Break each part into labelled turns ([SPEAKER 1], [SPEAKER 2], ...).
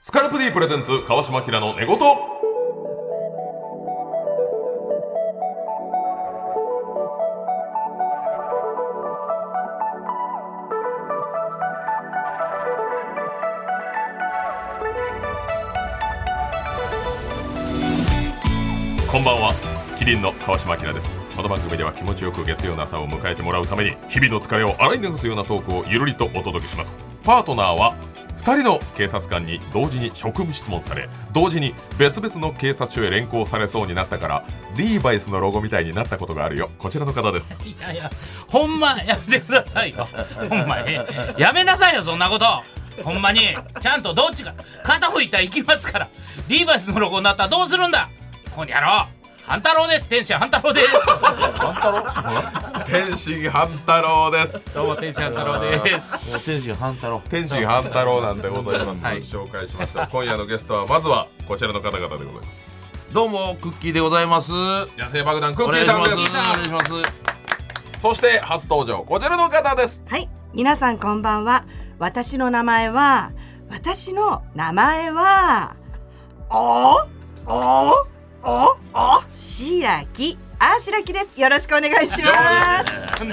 [SPEAKER 1] SE プレゼンツ川島明の寝言こんばんはキリンの川島明ですこの番組では気持ちよく月曜の朝を迎えてもらうために日々の疲れを洗い流すようなトークをゆるりとお届けしますパートナーは2人の警察官に同時に職務質問され同時に別々の警察署へ連行されそうになったからリーバイスのロゴみたいになったことがあるよこちらの方です
[SPEAKER 2] いやいや、ほんまやめてくださいよ。ほんまに。やめなさいよ、そんなこと。ほんまに。ちゃんとどっちか。片方行ったら行きますから。リーバイスのロゴになったらどうするんだここにやろう。半太郎です。天使半太郎です。
[SPEAKER 1] 天心半太郎です
[SPEAKER 2] どうも天使半太郎です。
[SPEAKER 3] もう天心半太郎。
[SPEAKER 1] 天心半太郎なんでございます、
[SPEAKER 2] はい
[SPEAKER 1] 紹介しました今夜のゲストはまずはこちらの方々でございます
[SPEAKER 3] どうもクッキーでございます。
[SPEAKER 1] 野生爆弾ク
[SPEAKER 3] お
[SPEAKER 1] ッキー
[SPEAKER 3] 願いし
[SPEAKER 1] さん
[SPEAKER 3] ま。
[SPEAKER 1] ですす
[SPEAKER 3] お願いします。
[SPEAKER 1] そして初登場こちらの方 です
[SPEAKER 4] はい、皆さんこんばんは。私の名前は、私の名前は、おおおおしらき、あしらきです。よろしくお願いします。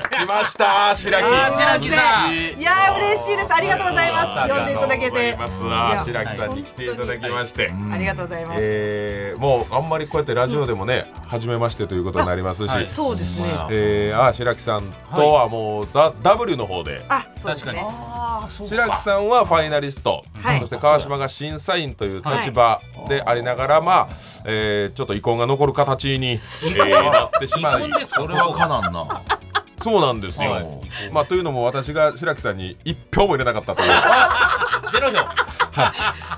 [SPEAKER 1] 来ました白木
[SPEAKER 2] あ白木さん
[SPEAKER 4] いやー嬉しいです。ありがとうございます。呼んでいただけて。
[SPEAKER 1] あ白木さんに来ていただきまして
[SPEAKER 4] ありがとうございます。
[SPEAKER 1] えーもうあんまりこうやってラジオでもね、初めましてということになりますし、
[SPEAKER 2] はい
[SPEAKER 4] そうですね。
[SPEAKER 1] えー、あー白木さんとはもう、ザ・ W の方で
[SPEAKER 4] あ、そうです
[SPEAKER 2] 確
[SPEAKER 4] ね。
[SPEAKER 3] ああ、そう
[SPEAKER 1] 白木さんはファイナリスト、
[SPEAKER 4] はい
[SPEAKER 1] そして川島が審査員という立場でありながら、まあ、えーちょっと遺恨が残る形に、えー なってしま
[SPEAKER 2] 離
[SPEAKER 1] い
[SPEAKER 2] 婚ですか
[SPEAKER 3] それはかなんな。
[SPEAKER 1] そうなんですよ、
[SPEAKER 3] はい
[SPEAKER 1] まあ、というのも私が白木さんに一票も入れなかったという。
[SPEAKER 2] ゼロ票。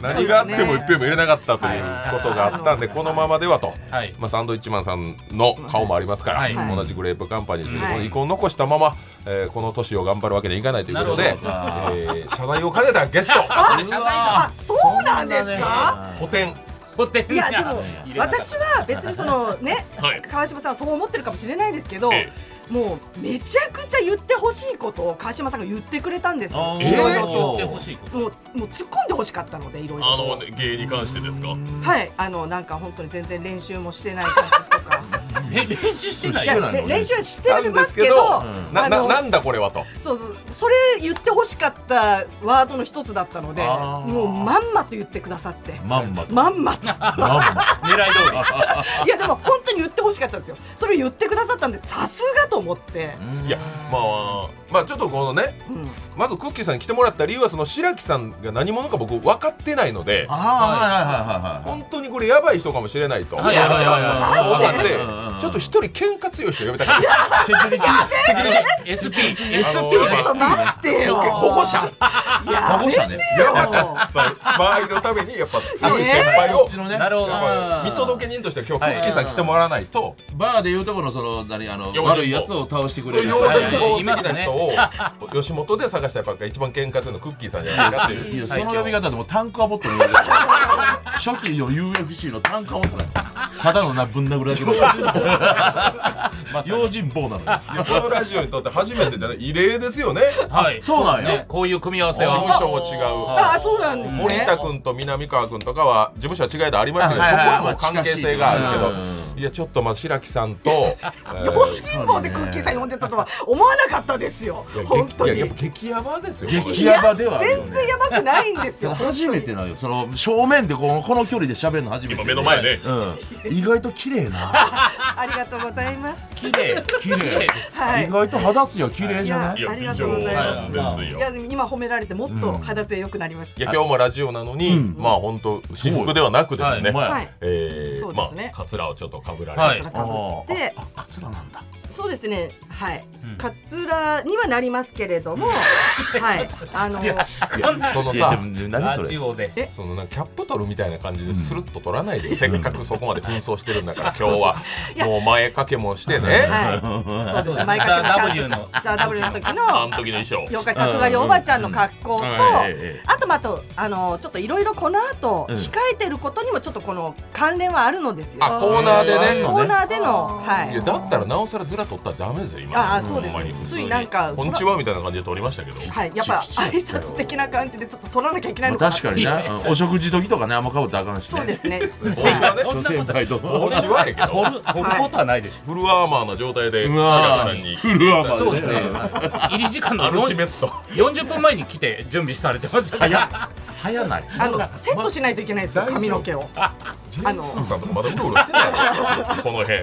[SPEAKER 1] 何があっても一票も入れなかったという
[SPEAKER 4] はい
[SPEAKER 1] ことがあったんで、このままではと。
[SPEAKER 2] はい。
[SPEAKER 1] まあ、サンドイッチマンさんの顔もありますから、
[SPEAKER 2] はい
[SPEAKER 1] 同じグレープカンパニーという、
[SPEAKER 4] は
[SPEAKER 1] こ
[SPEAKER 4] い
[SPEAKER 1] の遺恨を残したまま、えーこの年を頑張るわけにはいかないということで、え
[SPEAKER 2] なるほど
[SPEAKER 1] ー謝罪を兼ねたゲスト
[SPEAKER 2] 謝罪だ。
[SPEAKER 4] あ、そうなんですか。
[SPEAKER 1] 補填
[SPEAKER 2] ホテル
[SPEAKER 4] い
[SPEAKER 2] に
[SPEAKER 4] や
[SPEAKER 2] 入
[SPEAKER 4] で
[SPEAKER 2] れな
[SPEAKER 4] も
[SPEAKER 2] かった
[SPEAKER 4] 私は別にそのね、
[SPEAKER 1] はい
[SPEAKER 4] 川島さんはそう思ってるかもしれないですけど、
[SPEAKER 1] え
[SPEAKER 4] もうめちゃくちゃ言ってほしいことを川島さんが言ってくれたんですよ
[SPEAKER 3] あ。ー
[SPEAKER 4] いろい
[SPEAKER 2] 言っ
[SPEAKER 4] ろと
[SPEAKER 2] てほしいこと。
[SPEAKER 4] もうもう突っ込んでほしかったのでいろいろと。
[SPEAKER 1] 芸に関してですか
[SPEAKER 4] はいあのなんか本当に全然練習もしてない感じとか。
[SPEAKER 2] え練習してない
[SPEAKER 4] い
[SPEAKER 3] し
[SPEAKER 4] や
[SPEAKER 3] て
[SPEAKER 2] よ。
[SPEAKER 3] ないの
[SPEAKER 4] れ練習はして
[SPEAKER 1] なんで
[SPEAKER 4] ますす
[SPEAKER 1] け
[SPEAKER 4] け
[SPEAKER 1] ど
[SPEAKER 4] ど、
[SPEAKER 3] うん
[SPEAKER 1] な
[SPEAKER 4] あ
[SPEAKER 1] な
[SPEAKER 4] の
[SPEAKER 1] なんだこれはと
[SPEAKER 4] そうそうそれ言ってほしかったワードの一つだったので、
[SPEAKER 3] あー
[SPEAKER 4] もうまんまと言ってくださって。
[SPEAKER 3] まんまと。
[SPEAKER 4] まんまと
[SPEAKER 3] まんま。
[SPEAKER 2] 狙い通り。
[SPEAKER 4] いやでも本当に言ってほしかったんですよそれを言ってくださったんでさすがと思って、
[SPEAKER 1] いやまあまあちょっとこのね
[SPEAKER 4] うん、
[SPEAKER 1] まずクッキーさんに来てもらった理由はその白木さんが何者か僕分かってないので
[SPEAKER 3] ああ、はいはいはいはいはい。
[SPEAKER 1] 本当にこれやばい人かもしれないと思
[SPEAKER 2] はいはいはい
[SPEAKER 3] はい
[SPEAKER 1] って
[SPEAKER 3] うんうんうん
[SPEAKER 1] ちょっと一人喧嘩強い人呼びたかった
[SPEAKER 3] セキュリティ。
[SPEAKER 2] セキュリティ SP。
[SPEAKER 1] あの
[SPEAKER 4] ちょっと待ってよ
[SPEAKER 1] 保護者
[SPEAKER 4] や
[SPEAKER 3] 保護
[SPEAKER 4] めて
[SPEAKER 3] 者ね。
[SPEAKER 1] やばかった場合のためにやっぱ強い先輩
[SPEAKER 3] こ
[SPEAKER 1] を
[SPEAKER 3] っちのね。
[SPEAKER 2] なるほど
[SPEAKER 3] やっぱ
[SPEAKER 1] 見
[SPEAKER 3] 見届
[SPEAKER 1] 届
[SPEAKER 3] け。
[SPEAKER 1] け人として今日クッキーさん来てもらわないと
[SPEAKER 3] バーでいうとこのその何あの
[SPEAKER 1] よ
[SPEAKER 3] 悪いやつを倒してくれる。
[SPEAKER 1] 要
[SPEAKER 2] は
[SPEAKER 1] 伝
[SPEAKER 2] い
[SPEAKER 1] 法的
[SPEAKER 2] います
[SPEAKER 1] な人を吉本で探したやっぱ一番喧嘩強いのクッキーさんじゃないかって
[SPEAKER 3] い
[SPEAKER 1] いう
[SPEAKER 3] やその呼び方でもタンクアボットの呼び方 初期の UFC のタンクアボットなのただのなぶん殴るだけ の用心棒なのよ
[SPEAKER 1] いやこのラジオにとって初めてじゃない異例ですよね
[SPEAKER 2] はい。
[SPEAKER 3] そうなんや
[SPEAKER 2] ねこういう組み合わせ
[SPEAKER 1] 事
[SPEAKER 2] は。
[SPEAKER 1] 務所も違う
[SPEAKER 4] あそうなんですね
[SPEAKER 1] 森田君と南川君とかは事務所は違いでありましたけど
[SPEAKER 3] あ
[SPEAKER 1] そ
[SPEAKER 3] は
[SPEAKER 1] こ
[SPEAKER 3] いはい
[SPEAKER 1] はもう関係性がある
[SPEAKER 3] まあ近
[SPEAKER 1] けどいやちょっとまあ白木さん とえー
[SPEAKER 4] 用心棒でクッキーさん呼んでたとは思わなかったですよ
[SPEAKER 1] いや
[SPEAKER 4] 本当
[SPEAKER 1] い
[SPEAKER 4] に
[SPEAKER 1] ややっぱ激ヤバですよ
[SPEAKER 3] 激ヤバではあるよね
[SPEAKER 4] 全然やばくない んですよ
[SPEAKER 3] 初めてなのよその正面でこのこの距離で喋るの初めて
[SPEAKER 1] で
[SPEAKER 3] うん、意外と綺麗な
[SPEAKER 4] ありがとうございます
[SPEAKER 2] 綺麗。
[SPEAKER 3] 綺麗
[SPEAKER 4] はい
[SPEAKER 3] 意外と肌つや綺麗
[SPEAKER 4] い
[SPEAKER 3] じゃな
[SPEAKER 4] や
[SPEAKER 3] い
[SPEAKER 4] ありがとうございま
[SPEAKER 1] です
[SPEAKER 4] すいやでも今褒められてもっと肌ツヤ良くなりまし
[SPEAKER 1] い
[SPEAKER 4] た、
[SPEAKER 1] や今日もラジオなのに、まあ本当私服ではなくですね、
[SPEAKER 3] お前
[SPEAKER 4] はい
[SPEAKER 1] えー
[SPEAKER 4] そうで
[SPEAKER 1] ます
[SPEAKER 4] ね
[SPEAKER 1] あカツラをちょっとかぶられて、
[SPEAKER 2] はい
[SPEAKER 4] か。
[SPEAKER 3] あ
[SPEAKER 4] ぶっ
[SPEAKER 3] ー
[SPEAKER 4] て
[SPEAKER 3] あカツラなんだ
[SPEAKER 4] そうですねはい、
[SPEAKER 2] ん
[SPEAKER 4] カツラにはなりますけれ どもはいあの
[SPEAKER 2] こんな
[SPEAKER 1] そのさ
[SPEAKER 2] ラジオで。
[SPEAKER 1] そのなんかキャップ取るみたいな感じでスルッと取らないで、せっかくそこまで紛争してるんだ から今日はもう前掛けもしてね、
[SPEAKER 4] はい、そうです。毎回
[SPEAKER 2] ザ
[SPEAKER 4] ちゃん
[SPEAKER 2] W の
[SPEAKER 4] としたザ・ W の時
[SPEAKER 1] あ
[SPEAKER 4] の
[SPEAKER 1] の時の衣装
[SPEAKER 4] 妖怪角刈りおばちゃんの格好と、
[SPEAKER 2] うんうん
[SPEAKER 3] ええ
[SPEAKER 4] あとまああとあのちょっといろいろこの後
[SPEAKER 3] うん
[SPEAKER 4] 控えてることにもちょっとこの関連はあるのですよ。
[SPEAKER 1] あコーナーでね
[SPEAKER 4] コーナーでの、はいい
[SPEAKER 1] や。だったらなおさらず札取ったらダメですよ今
[SPEAKER 4] ああそうです
[SPEAKER 1] ほんまに普通
[SPEAKER 4] つ
[SPEAKER 1] に
[SPEAKER 4] いなんか
[SPEAKER 1] こんちはみたいな感じで取りましたけど
[SPEAKER 4] はい、やっぱ挨拶的な感じでちょっと取らなきゃいけない
[SPEAKER 3] まあ
[SPEAKER 4] のかな
[SPEAKER 3] 確かにな、うんお食事時とかねあんまかぶったらあかんし、ね、
[SPEAKER 4] そうですね
[SPEAKER 1] 帽子はね
[SPEAKER 2] そん
[SPEAKER 3] 女
[SPEAKER 2] な
[SPEAKER 3] 性態度
[SPEAKER 1] 帽子はやけど
[SPEAKER 2] 取る取ることはないでし
[SPEAKER 1] フルアーマーの状態で
[SPEAKER 3] うわ
[SPEAKER 1] 平
[SPEAKER 3] ー
[SPEAKER 1] 野さんに
[SPEAKER 3] フルアーマ
[SPEAKER 2] ょ
[SPEAKER 3] ー
[SPEAKER 2] そうですね入り時間の
[SPEAKER 1] アルティメ
[SPEAKER 2] 4
[SPEAKER 1] ット
[SPEAKER 2] 40分前に来て準備されてますか
[SPEAKER 3] 早っ
[SPEAKER 2] ら
[SPEAKER 3] 早ない
[SPEAKER 4] あのセットしないといけないですよ髪の毛を
[SPEAKER 1] ジェイソンさんとかまだうろうろしてないのこの辺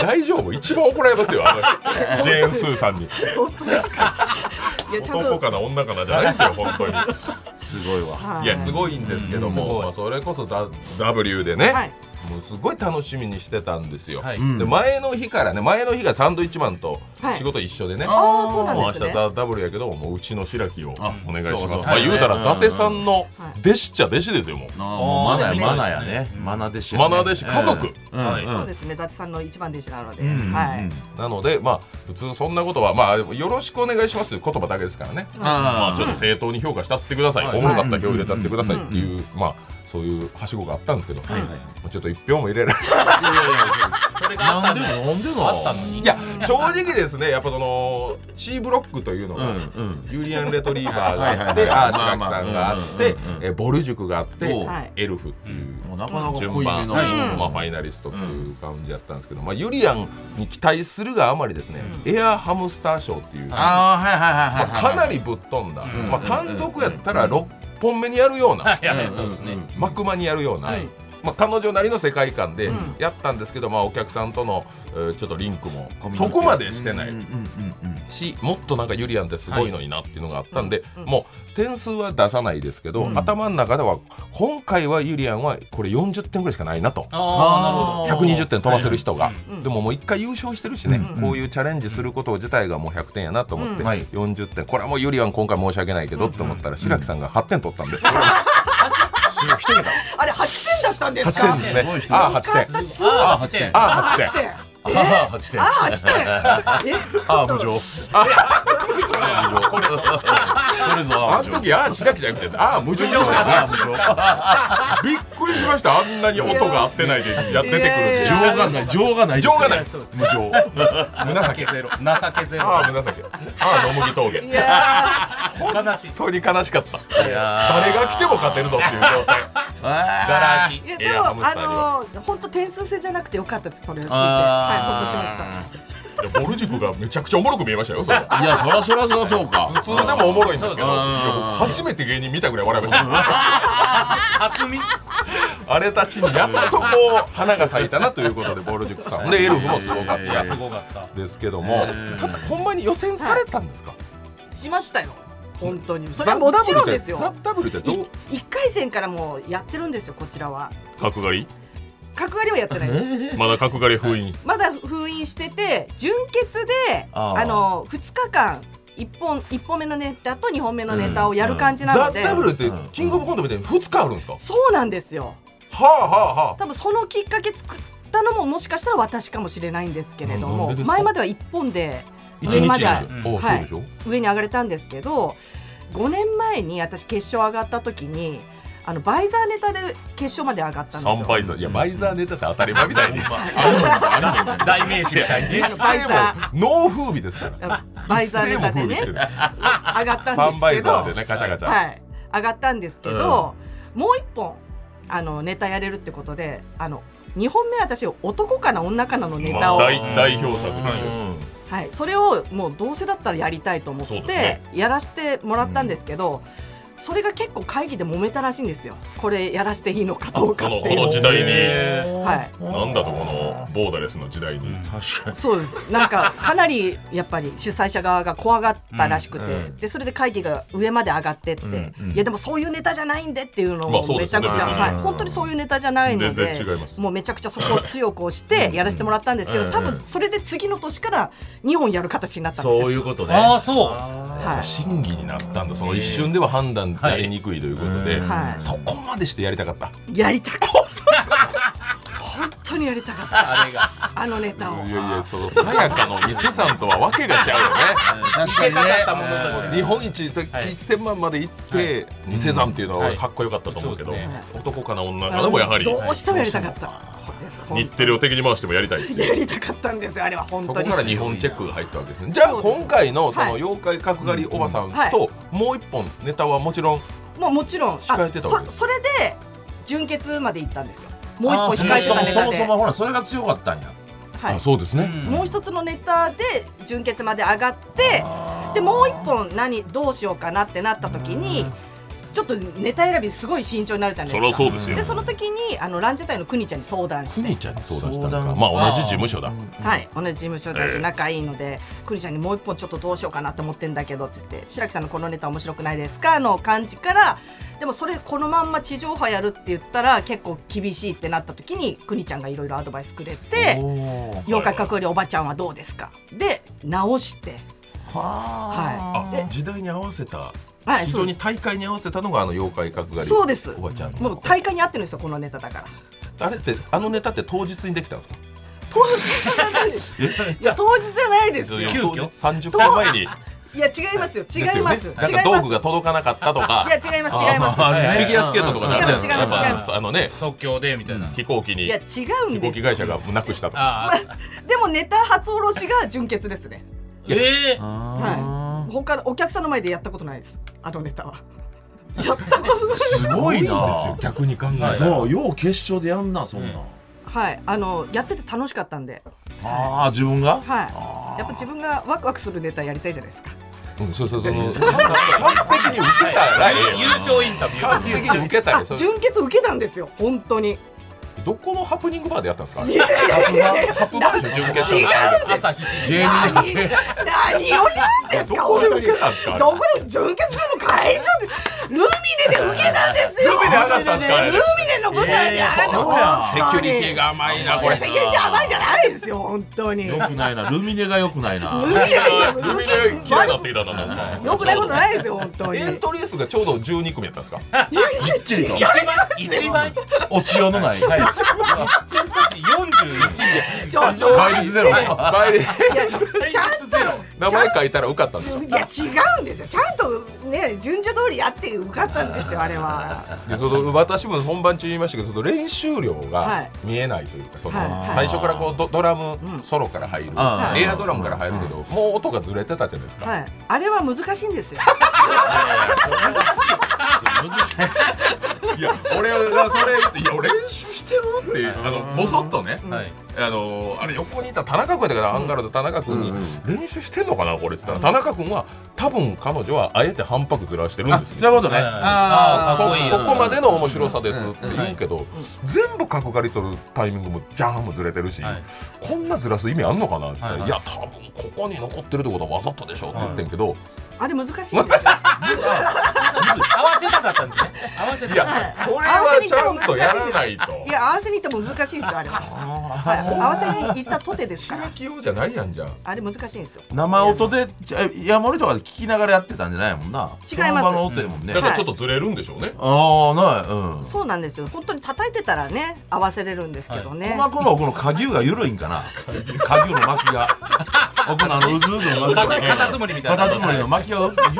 [SPEAKER 1] 大丈夫一番怒られますよあ の人ジェーン・スーさんに
[SPEAKER 4] 本当ですかいやちゃん
[SPEAKER 1] 男
[SPEAKER 4] と
[SPEAKER 1] かな女かなじゃないですよ本当に
[SPEAKER 3] すごいわ
[SPEAKER 4] はい
[SPEAKER 1] やすごいんですけど
[SPEAKER 2] うんすご
[SPEAKER 1] も、
[SPEAKER 2] い
[SPEAKER 1] まあ、それこそダ W でね、
[SPEAKER 4] はい
[SPEAKER 1] もうすごい楽しみにしてたんですよ、
[SPEAKER 2] はい
[SPEAKER 1] で前の日からね前の日がサンドイッチマンと
[SPEAKER 4] はい
[SPEAKER 1] 仕事一緒でね、
[SPEAKER 4] ああそ
[SPEAKER 1] も
[SPEAKER 4] う
[SPEAKER 1] う
[SPEAKER 4] な
[SPEAKER 1] 明日
[SPEAKER 4] んですね
[SPEAKER 1] ダ W やけどもううちの白木をお願いします
[SPEAKER 3] そうそう
[SPEAKER 1] まあ言うたら
[SPEAKER 3] うん
[SPEAKER 1] 伊達さんの
[SPEAKER 4] はい
[SPEAKER 1] 弟子っちゃ弟子ですよもう
[SPEAKER 3] あーもうマナ
[SPEAKER 2] そうで
[SPEAKER 3] や
[SPEAKER 2] すね
[SPEAKER 3] マナやねマナ弟子やね
[SPEAKER 1] マナー弟子家族、
[SPEAKER 3] うん
[SPEAKER 2] はい
[SPEAKER 3] うん
[SPEAKER 4] そうですね伊達さんの一番弟子なので
[SPEAKER 3] うんうん
[SPEAKER 4] はい
[SPEAKER 1] なのでまあ普通そんなことはまあよろしくお願いしますという言葉だけですからねま
[SPEAKER 3] あ
[SPEAKER 1] あ、ちょっと
[SPEAKER 3] ー
[SPEAKER 1] 正当に評価したってください、
[SPEAKER 2] はい
[SPEAKER 1] おもろかったら票入れたってくださいっていう、まあそういうはしごがあったんですけど、
[SPEAKER 3] いはい
[SPEAKER 1] ちょっと一票も入れられない
[SPEAKER 2] それがあ
[SPEAKER 3] な
[SPEAKER 2] った
[SPEAKER 3] んで
[SPEAKER 2] の
[SPEAKER 3] のなんで
[SPEAKER 2] あった
[SPEAKER 3] の
[SPEAKER 2] のに
[SPEAKER 1] いや正直ですねやっぱその C ブロックというのが、
[SPEAKER 3] うんうん
[SPEAKER 1] ユーリアン・レトリーバーがあっ
[SPEAKER 3] はいはい
[SPEAKER 1] て
[SPEAKER 3] はい
[SPEAKER 1] アーシラキさんがあって
[SPEAKER 3] まあまあうんうんうん
[SPEAKER 1] えボル塾があって
[SPEAKER 3] おう
[SPEAKER 4] はい
[SPEAKER 1] エルフっていう。
[SPEAKER 3] もうなかなか濃い
[SPEAKER 1] 順
[SPEAKER 3] め
[SPEAKER 1] 番、
[SPEAKER 3] のはい
[SPEAKER 1] まあ、ファイナリストという感じやったんですけど、まあ、ユリアンに期待するがあまりですね、エアハムスター賞っていう、
[SPEAKER 3] ああはいはいはいはい
[SPEAKER 1] まあ、かなりぶっ飛んだ、
[SPEAKER 3] ん
[SPEAKER 1] まあ、単独やったら6本目にやるような、
[SPEAKER 2] いやいやそうですね
[SPEAKER 1] 幕間にやるような、
[SPEAKER 2] はい
[SPEAKER 1] まあ、彼女なりの世界観で
[SPEAKER 4] ん
[SPEAKER 1] やったんですけど、まあ、お客さんとの、えーちょっとリンクも
[SPEAKER 3] コミュニケーショ
[SPEAKER 1] そ
[SPEAKER 3] ン
[SPEAKER 1] こまでしてない
[SPEAKER 3] うんうんうんうん
[SPEAKER 1] しもっとなんかユリアンってすごいのになっていうのがあったんで、もう点数は出さないですけど、頭の中では今回はユリアンはこれ40点ぐらいしかないなと。
[SPEAKER 2] あ
[SPEAKER 3] あー
[SPEAKER 1] 120点飛ばせる人が、
[SPEAKER 4] うん
[SPEAKER 1] でももう1回優勝してるしね、
[SPEAKER 3] うん
[SPEAKER 1] こういうチャレンジすること自体がもう100点やなと思って、
[SPEAKER 4] うん
[SPEAKER 3] はい
[SPEAKER 1] 40点これはもうユリアン今回申し訳ないけどって思ったら、白木さんが8点取った んで、
[SPEAKER 3] 一桁
[SPEAKER 4] あれ八点だったんです
[SPEAKER 1] 8
[SPEAKER 4] か
[SPEAKER 1] 点です
[SPEAKER 3] すごい
[SPEAKER 1] ね
[SPEAKER 3] 人
[SPEAKER 1] あ
[SPEAKER 4] よか
[SPEAKER 1] ー8
[SPEAKER 4] っ
[SPEAKER 1] 点
[SPEAKER 4] たす
[SPEAKER 2] なるほどあ
[SPEAKER 3] あ
[SPEAKER 2] 8点
[SPEAKER 3] あ
[SPEAKER 1] あー8点
[SPEAKER 4] 八点
[SPEAKER 3] あ8点
[SPEAKER 4] あ八点え
[SPEAKER 3] ああ無情あ無情これぞ
[SPEAKER 1] あ
[SPEAKER 3] あ
[SPEAKER 1] の時ああ白木じゃなくてああ無情でした
[SPEAKER 3] あ無情
[SPEAKER 1] びっくりしましたあんなに音が合ってないでやって出てくるって
[SPEAKER 4] いやいやいや
[SPEAKER 3] 情がない情がない
[SPEAKER 1] 情がない
[SPEAKER 2] そうです
[SPEAKER 1] 無情
[SPEAKER 2] 情けゼロ情けゼロ
[SPEAKER 1] ああ紫ああ野麦峠
[SPEAKER 4] いや
[SPEAKER 2] 悲しい
[SPEAKER 1] 本当に悲しかった
[SPEAKER 3] いや
[SPEAKER 1] 誰が来ても勝てるぞっていう状態
[SPEAKER 2] ガラ空き
[SPEAKER 4] ーいや
[SPEAKER 1] エ
[SPEAKER 4] で
[SPEAKER 1] アハム
[SPEAKER 4] も
[SPEAKER 1] スターには
[SPEAKER 4] あの本当点数制じゃなくてよかったですそれを聞いてはいほ
[SPEAKER 3] あ
[SPEAKER 4] っ
[SPEAKER 3] ー
[SPEAKER 4] としました
[SPEAKER 1] いやボル塾がめちゃくちゃおもろく見えましたよそれ
[SPEAKER 3] いやそらそらそらそうか
[SPEAKER 1] 普通でもおもろいんですけどい
[SPEAKER 2] うん
[SPEAKER 1] や僕初めて芸人見たぐらい笑いました
[SPEAKER 2] 初見
[SPEAKER 1] あれたちにやっとこう花が咲いたなということでボル塾さんでエルフもすごかっ
[SPEAKER 3] い
[SPEAKER 2] い
[SPEAKER 3] や
[SPEAKER 1] た
[SPEAKER 2] やすごかった
[SPEAKER 1] ですけどもただほんまに予選されたんですか
[SPEAKER 4] しましたよ本当にそれはもちろんです
[SPEAKER 1] ザ
[SPEAKER 4] よ
[SPEAKER 1] ダブルってどう
[SPEAKER 4] い一回戦からもうやってるんですよこちらは
[SPEAKER 1] 角刈り
[SPEAKER 4] 角刈りはやってないです
[SPEAKER 1] まだ角刈り封印
[SPEAKER 4] まだ封印してて純潔で
[SPEAKER 3] あ
[SPEAKER 4] あ
[SPEAKER 3] ー
[SPEAKER 4] の2日間1本一本目のネタと2本目のネタをやる感じなので、
[SPEAKER 1] ザ・ダブルってキングオブコントみたいに2日あるんですか、
[SPEAKER 4] そうなんですよ
[SPEAKER 1] はあはあは
[SPEAKER 4] 多分そのきっかけ作ったのももしかしたら私かもしれないんですけれど
[SPEAKER 1] な
[SPEAKER 4] も
[SPEAKER 1] んでですか
[SPEAKER 4] 前までは1本で
[SPEAKER 1] あ
[SPEAKER 4] 上まで
[SPEAKER 1] ょ
[SPEAKER 4] うん
[SPEAKER 1] あょ、
[SPEAKER 4] 上に上がれたんですけど5年前に私決勝上がった時にあのバイザーネタで決勝まで上がったんですよ。
[SPEAKER 1] 倍ザいやバイザーネタって当たり前みた いに
[SPEAKER 2] 代名詞みたい
[SPEAKER 1] 一
[SPEAKER 4] あのバイ
[SPEAKER 1] 世
[SPEAKER 4] ザ
[SPEAKER 1] もノー風靡ですから
[SPEAKER 4] あのバイザーネタで
[SPEAKER 1] 一世も風
[SPEAKER 4] ね
[SPEAKER 1] 靡してる
[SPEAKER 4] 上がったんです
[SPEAKER 1] 三倍
[SPEAKER 4] けど
[SPEAKER 1] ザーでねガチャガチャ、
[SPEAKER 4] はい、上がったんですけど、もう一本あのネタやれるってことであの2本目私男かな女かなのネタを、
[SPEAKER 1] まあ大代表作でしょ
[SPEAKER 4] はい、それをもうどうせだったらやりたいと思っ
[SPEAKER 1] そう
[SPEAKER 4] て、
[SPEAKER 1] ですね
[SPEAKER 4] やらせてもらったんですけど、それが結構会議で揉めたらしいんですよこれやらせていいのかどうか
[SPEAKER 1] この
[SPEAKER 4] って
[SPEAKER 1] こ
[SPEAKER 4] いう
[SPEAKER 1] の時代に、
[SPEAKER 4] はい、
[SPEAKER 1] なんだとこのボーダレスの時代に、
[SPEAKER 3] 確かに
[SPEAKER 4] そうですなんかかなりやっぱり主催者側が怖がったらしくて、
[SPEAKER 3] うん
[SPEAKER 4] でそれで会議が上まで上がってって、
[SPEAKER 3] うんうん
[SPEAKER 4] いやでもそういうネタじゃないんでっていうの
[SPEAKER 1] まあそ
[SPEAKER 4] を
[SPEAKER 1] うで
[SPEAKER 4] め
[SPEAKER 1] す
[SPEAKER 4] ち
[SPEAKER 1] よ
[SPEAKER 4] ゃ
[SPEAKER 1] ね
[SPEAKER 4] くちゃ、
[SPEAKER 1] うん
[SPEAKER 4] はい、本当にそういうネタじゃないので
[SPEAKER 1] 全然違います
[SPEAKER 4] もうめちゃくちゃそこを強く押してやらせてもらったんですけど、
[SPEAKER 3] うん
[SPEAKER 4] 多分それで次の年から2本やる形になったんですよ。
[SPEAKER 3] そういうことね
[SPEAKER 2] なああそう
[SPEAKER 4] はい
[SPEAKER 1] 審議になったんだその一瞬では判断なりにくいということで、
[SPEAKER 4] はい
[SPEAKER 1] そこまでしてやりたかった、
[SPEAKER 4] やりたかった。本当にやりたかった。
[SPEAKER 2] あれが
[SPEAKER 4] あのネタを。
[SPEAKER 1] いやいやそのさやかの伊勢さんとはわけが違うよね
[SPEAKER 3] 確かにね
[SPEAKER 2] たものとして
[SPEAKER 1] 日本一と1000万まで行って、伊勢山っていうのは俺かっこよかったと思うけど、
[SPEAKER 2] はいそうで
[SPEAKER 1] 男かな女かなもやはり
[SPEAKER 4] どうしてもやりたかった。です
[SPEAKER 1] 日テレを敵に回してもやりたいっていう
[SPEAKER 4] やりたかったんですよあれは本
[SPEAKER 1] そ
[SPEAKER 4] 当
[SPEAKER 1] こ
[SPEAKER 4] に
[SPEAKER 1] から日本チェックが入ったわけですねじゃあ
[SPEAKER 4] そうです
[SPEAKER 1] 今回のそ
[SPEAKER 4] は
[SPEAKER 1] の
[SPEAKER 4] い
[SPEAKER 1] 妖怪角刈りおばさん
[SPEAKER 4] はい
[SPEAKER 1] ともう一本ネタはもちろん
[SPEAKER 4] もうもちろんあ
[SPEAKER 1] 控えてたわけ
[SPEAKER 4] そそれで純潔まで行ったんですよもう一本控えて
[SPEAKER 3] そ
[SPEAKER 4] た
[SPEAKER 3] も
[SPEAKER 4] ネ
[SPEAKER 3] そ
[SPEAKER 4] タ
[SPEAKER 3] も
[SPEAKER 4] で
[SPEAKER 3] そもほらそれが強かったんや
[SPEAKER 4] はい
[SPEAKER 1] そうですね
[SPEAKER 4] もう一つのネタで純潔まで上がってでもう一本何どうしようかなってなった時にちょっとネタ選びすごい慎重になるじゃない
[SPEAKER 1] そり
[SPEAKER 4] ですか
[SPEAKER 1] ゃそうですよ
[SPEAKER 4] でその時にあのランジェタイのくにちゃんに相談し
[SPEAKER 1] く
[SPEAKER 4] て
[SPEAKER 1] にちゃんに相談したの
[SPEAKER 3] 相
[SPEAKER 1] か
[SPEAKER 3] 談
[SPEAKER 1] まあ同じ事務所だ
[SPEAKER 4] はい、同じ事務所だ
[SPEAKER 1] ええ
[SPEAKER 4] し仲いいので、くにちゃんにもう一本ちょっとどうしようかなって思ってんだけどって言って白木さんのこのネタ面白くないですかの感じからでもそれこのまんま地上波やるって言ったら結構厳しいってなった時にくにちゃんがいろいろアドバイスくれて「妖怪かっこよりおばちゃんはどうですか?」で直して
[SPEAKER 3] は
[SPEAKER 4] は
[SPEAKER 3] あ
[SPEAKER 4] いで
[SPEAKER 1] 時代に合わせた
[SPEAKER 4] はい
[SPEAKER 1] 非
[SPEAKER 4] そ
[SPEAKER 1] 常
[SPEAKER 4] う
[SPEAKER 1] に大会に合わせたのがあの妖怪角刈り
[SPEAKER 4] そうです
[SPEAKER 1] おばちゃんの
[SPEAKER 4] もう大会に合ってるんですよこのネタだから。
[SPEAKER 1] あれってあのネタって当日にできたんですか
[SPEAKER 4] 当日じゃないです。いや当日じゃないですよ。
[SPEAKER 2] 急遽
[SPEAKER 1] 30分前に
[SPEAKER 4] いや違いますよ。違
[SPEAKER 1] です
[SPEAKER 4] い
[SPEAKER 1] よ
[SPEAKER 4] ま
[SPEAKER 1] ね
[SPEAKER 4] す。違い
[SPEAKER 1] なんか
[SPEAKER 4] ま
[SPEAKER 1] 道
[SPEAKER 4] す。
[SPEAKER 1] 具が届かなかったとか
[SPEAKER 4] いや違います違います。
[SPEAKER 1] フィギュアスケートとかじゃない
[SPEAKER 4] 違う違う違う
[SPEAKER 1] やっぱあのね
[SPEAKER 2] 即興でみたいな、
[SPEAKER 1] 飛行機
[SPEAKER 4] い
[SPEAKER 1] に
[SPEAKER 4] や違うん
[SPEAKER 1] 飛
[SPEAKER 4] で
[SPEAKER 1] 行
[SPEAKER 4] す
[SPEAKER 1] 機
[SPEAKER 4] よ。
[SPEAKER 1] 会社がなくしたとか
[SPEAKER 2] ああ
[SPEAKER 4] でもネタ初おろしが純潔ですね。
[SPEAKER 2] ええ
[SPEAKER 4] はい。他お客さんの前でやったことないです。あのネタは。 やったことない。
[SPEAKER 3] すごいな
[SPEAKER 1] 逆に考え
[SPEAKER 2] たら
[SPEAKER 3] もうよう決勝でやんなそんなん、
[SPEAKER 2] うん
[SPEAKER 4] はい。あのやってて楽しかったんで。
[SPEAKER 3] ああ自分が
[SPEAKER 4] はい。やっぱ自分がワクワクするネタやりたいじゃないですか。
[SPEAKER 1] うん、そうそうその完璧に受けたらええ
[SPEAKER 2] 優
[SPEAKER 1] よ
[SPEAKER 2] 勝インタビュ
[SPEAKER 1] 完
[SPEAKER 2] ー
[SPEAKER 1] 璧に受けたら
[SPEAKER 4] あ
[SPEAKER 1] ええよ
[SPEAKER 4] 純潔受けたんですよ。本当に。
[SPEAKER 1] どこのハプニングバーでやったんですかあれ
[SPEAKER 4] いやいやいやいや
[SPEAKER 1] ハプバーでしょ準決
[SPEAKER 4] 違う
[SPEAKER 1] 勝
[SPEAKER 2] 朝7時
[SPEAKER 3] 芸人
[SPEAKER 4] 何何を言うんです
[SPEAKER 1] ど
[SPEAKER 4] か。
[SPEAKER 1] こで
[SPEAKER 4] 本当
[SPEAKER 1] 受
[SPEAKER 4] に
[SPEAKER 1] けたんですかあれ
[SPEAKER 4] どこで準決勝の会場でルミネで受けたんですよ。
[SPEAKER 1] ルミネ上がったんですかあれ
[SPEAKER 4] ルミネの舞台で上がった。
[SPEAKER 1] セ
[SPEAKER 4] 本
[SPEAKER 1] キ
[SPEAKER 4] 当
[SPEAKER 1] ュ
[SPEAKER 4] に
[SPEAKER 1] リティが甘いなこ
[SPEAKER 4] い
[SPEAKER 1] れ
[SPEAKER 4] やセキュリティ甘いじゃないですよ本当に。
[SPEAKER 3] よくないなルミネがよくないな
[SPEAKER 4] ルミネ
[SPEAKER 1] ルミネ嫌いになってきたななんか
[SPEAKER 4] よくないことないですよ本当に。
[SPEAKER 1] エントリー数がちょうど12組やったんですか
[SPEAKER 3] 一番
[SPEAKER 2] 一番
[SPEAKER 3] 落ちようのない
[SPEAKER 2] はい41で
[SPEAKER 4] ちょっと
[SPEAKER 3] 倍率ゼロ
[SPEAKER 1] 帰り
[SPEAKER 4] いやちゃんと
[SPEAKER 1] 名前書いたら受かったんですか
[SPEAKER 4] いや違うんですよちゃんとね順序通りやって受かったんですよあれは。
[SPEAKER 1] でその私も本番中言いましたけどその練習量
[SPEAKER 4] は
[SPEAKER 1] が
[SPEAKER 4] い
[SPEAKER 1] 見えないというかその
[SPEAKER 4] はい
[SPEAKER 1] 最初からこうドドラム
[SPEAKER 4] ん
[SPEAKER 1] ソロから入るエ
[SPEAKER 3] あ
[SPEAKER 4] ー
[SPEAKER 1] アドラムから入るけどもう音がずれてたじゃないですか
[SPEAKER 4] はい。あれは難しいんですよ。
[SPEAKER 1] いや俺がそれ言って「いや俺練習してる?」っていうあのボソッとね
[SPEAKER 2] はい
[SPEAKER 1] あのあれ横にいた田中君だからアンガールズ田中君に「練習してんのかなこれ」って言ったら田中君は多分彼女はあえて反拍ずらしてるん
[SPEAKER 3] あ
[SPEAKER 1] です
[SPEAKER 3] そう
[SPEAKER 1] よ
[SPEAKER 3] いうこと
[SPEAKER 2] は
[SPEAKER 3] ね
[SPEAKER 2] い
[SPEAKER 3] あ
[SPEAKER 2] かっこいい
[SPEAKER 1] そそこまでの面白さですって言うけど全部角刈り取るタイミングもジャーンもずれてるし
[SPEAKER 2] はい
[SPEAKER 1] こんなずらす意味あんのかなって言った
[SPEAKER 2] は
[SPEAKER 1] ら「
[SPEAKER 2] い
[SPEAKER 1] いや多分ここに残ってるってことはわざとでしょ」って言ってんけど
[SPEAKER 4] あれ難しいんですよ。
[SPEAKER 2] 合わせたかったんですね合わせ
[SPEAKER 1] い
[SPEAKER 2] たかっ
[SPEAKER 1] やそれはちゃんとやらないと
[SPEAKER 4] い。や合わせに行っても難しいんですよあれは。はい合わせに行ったとてですから
[SPEAKER 1] 開。きようじゃないやんじゃん。
[SPEAKER 4] あれ難しいんですよ。
[SPEAKER 3] 生音でえ山盛りとかで聞きながらやってたんじゃないもんな
[SPEAKER 4] 違いま
[SPEAKER 3] そ
[SPEAKER 4] す
[SPEAKER 3] の場の音やもんね、
[SPEAKER 1] だか
[SPEAKER 3] あ
[SPEAKER 1] らちょっとずれるんでしょうね。
[SPEAKER 3] あないうん
[SPEAKER 4] そうなんですよ。本当に叩いてたらね、合わせれるんですけどね。
[SPEAKER 3] 細かのこの下牛が緩いんかな下牛の巻きが僕のあのうずうずの巻き
[SPEAKER 2] カタカタツムリみたいな
[SPEAKER 3] カタツムリの巻きが弱いんか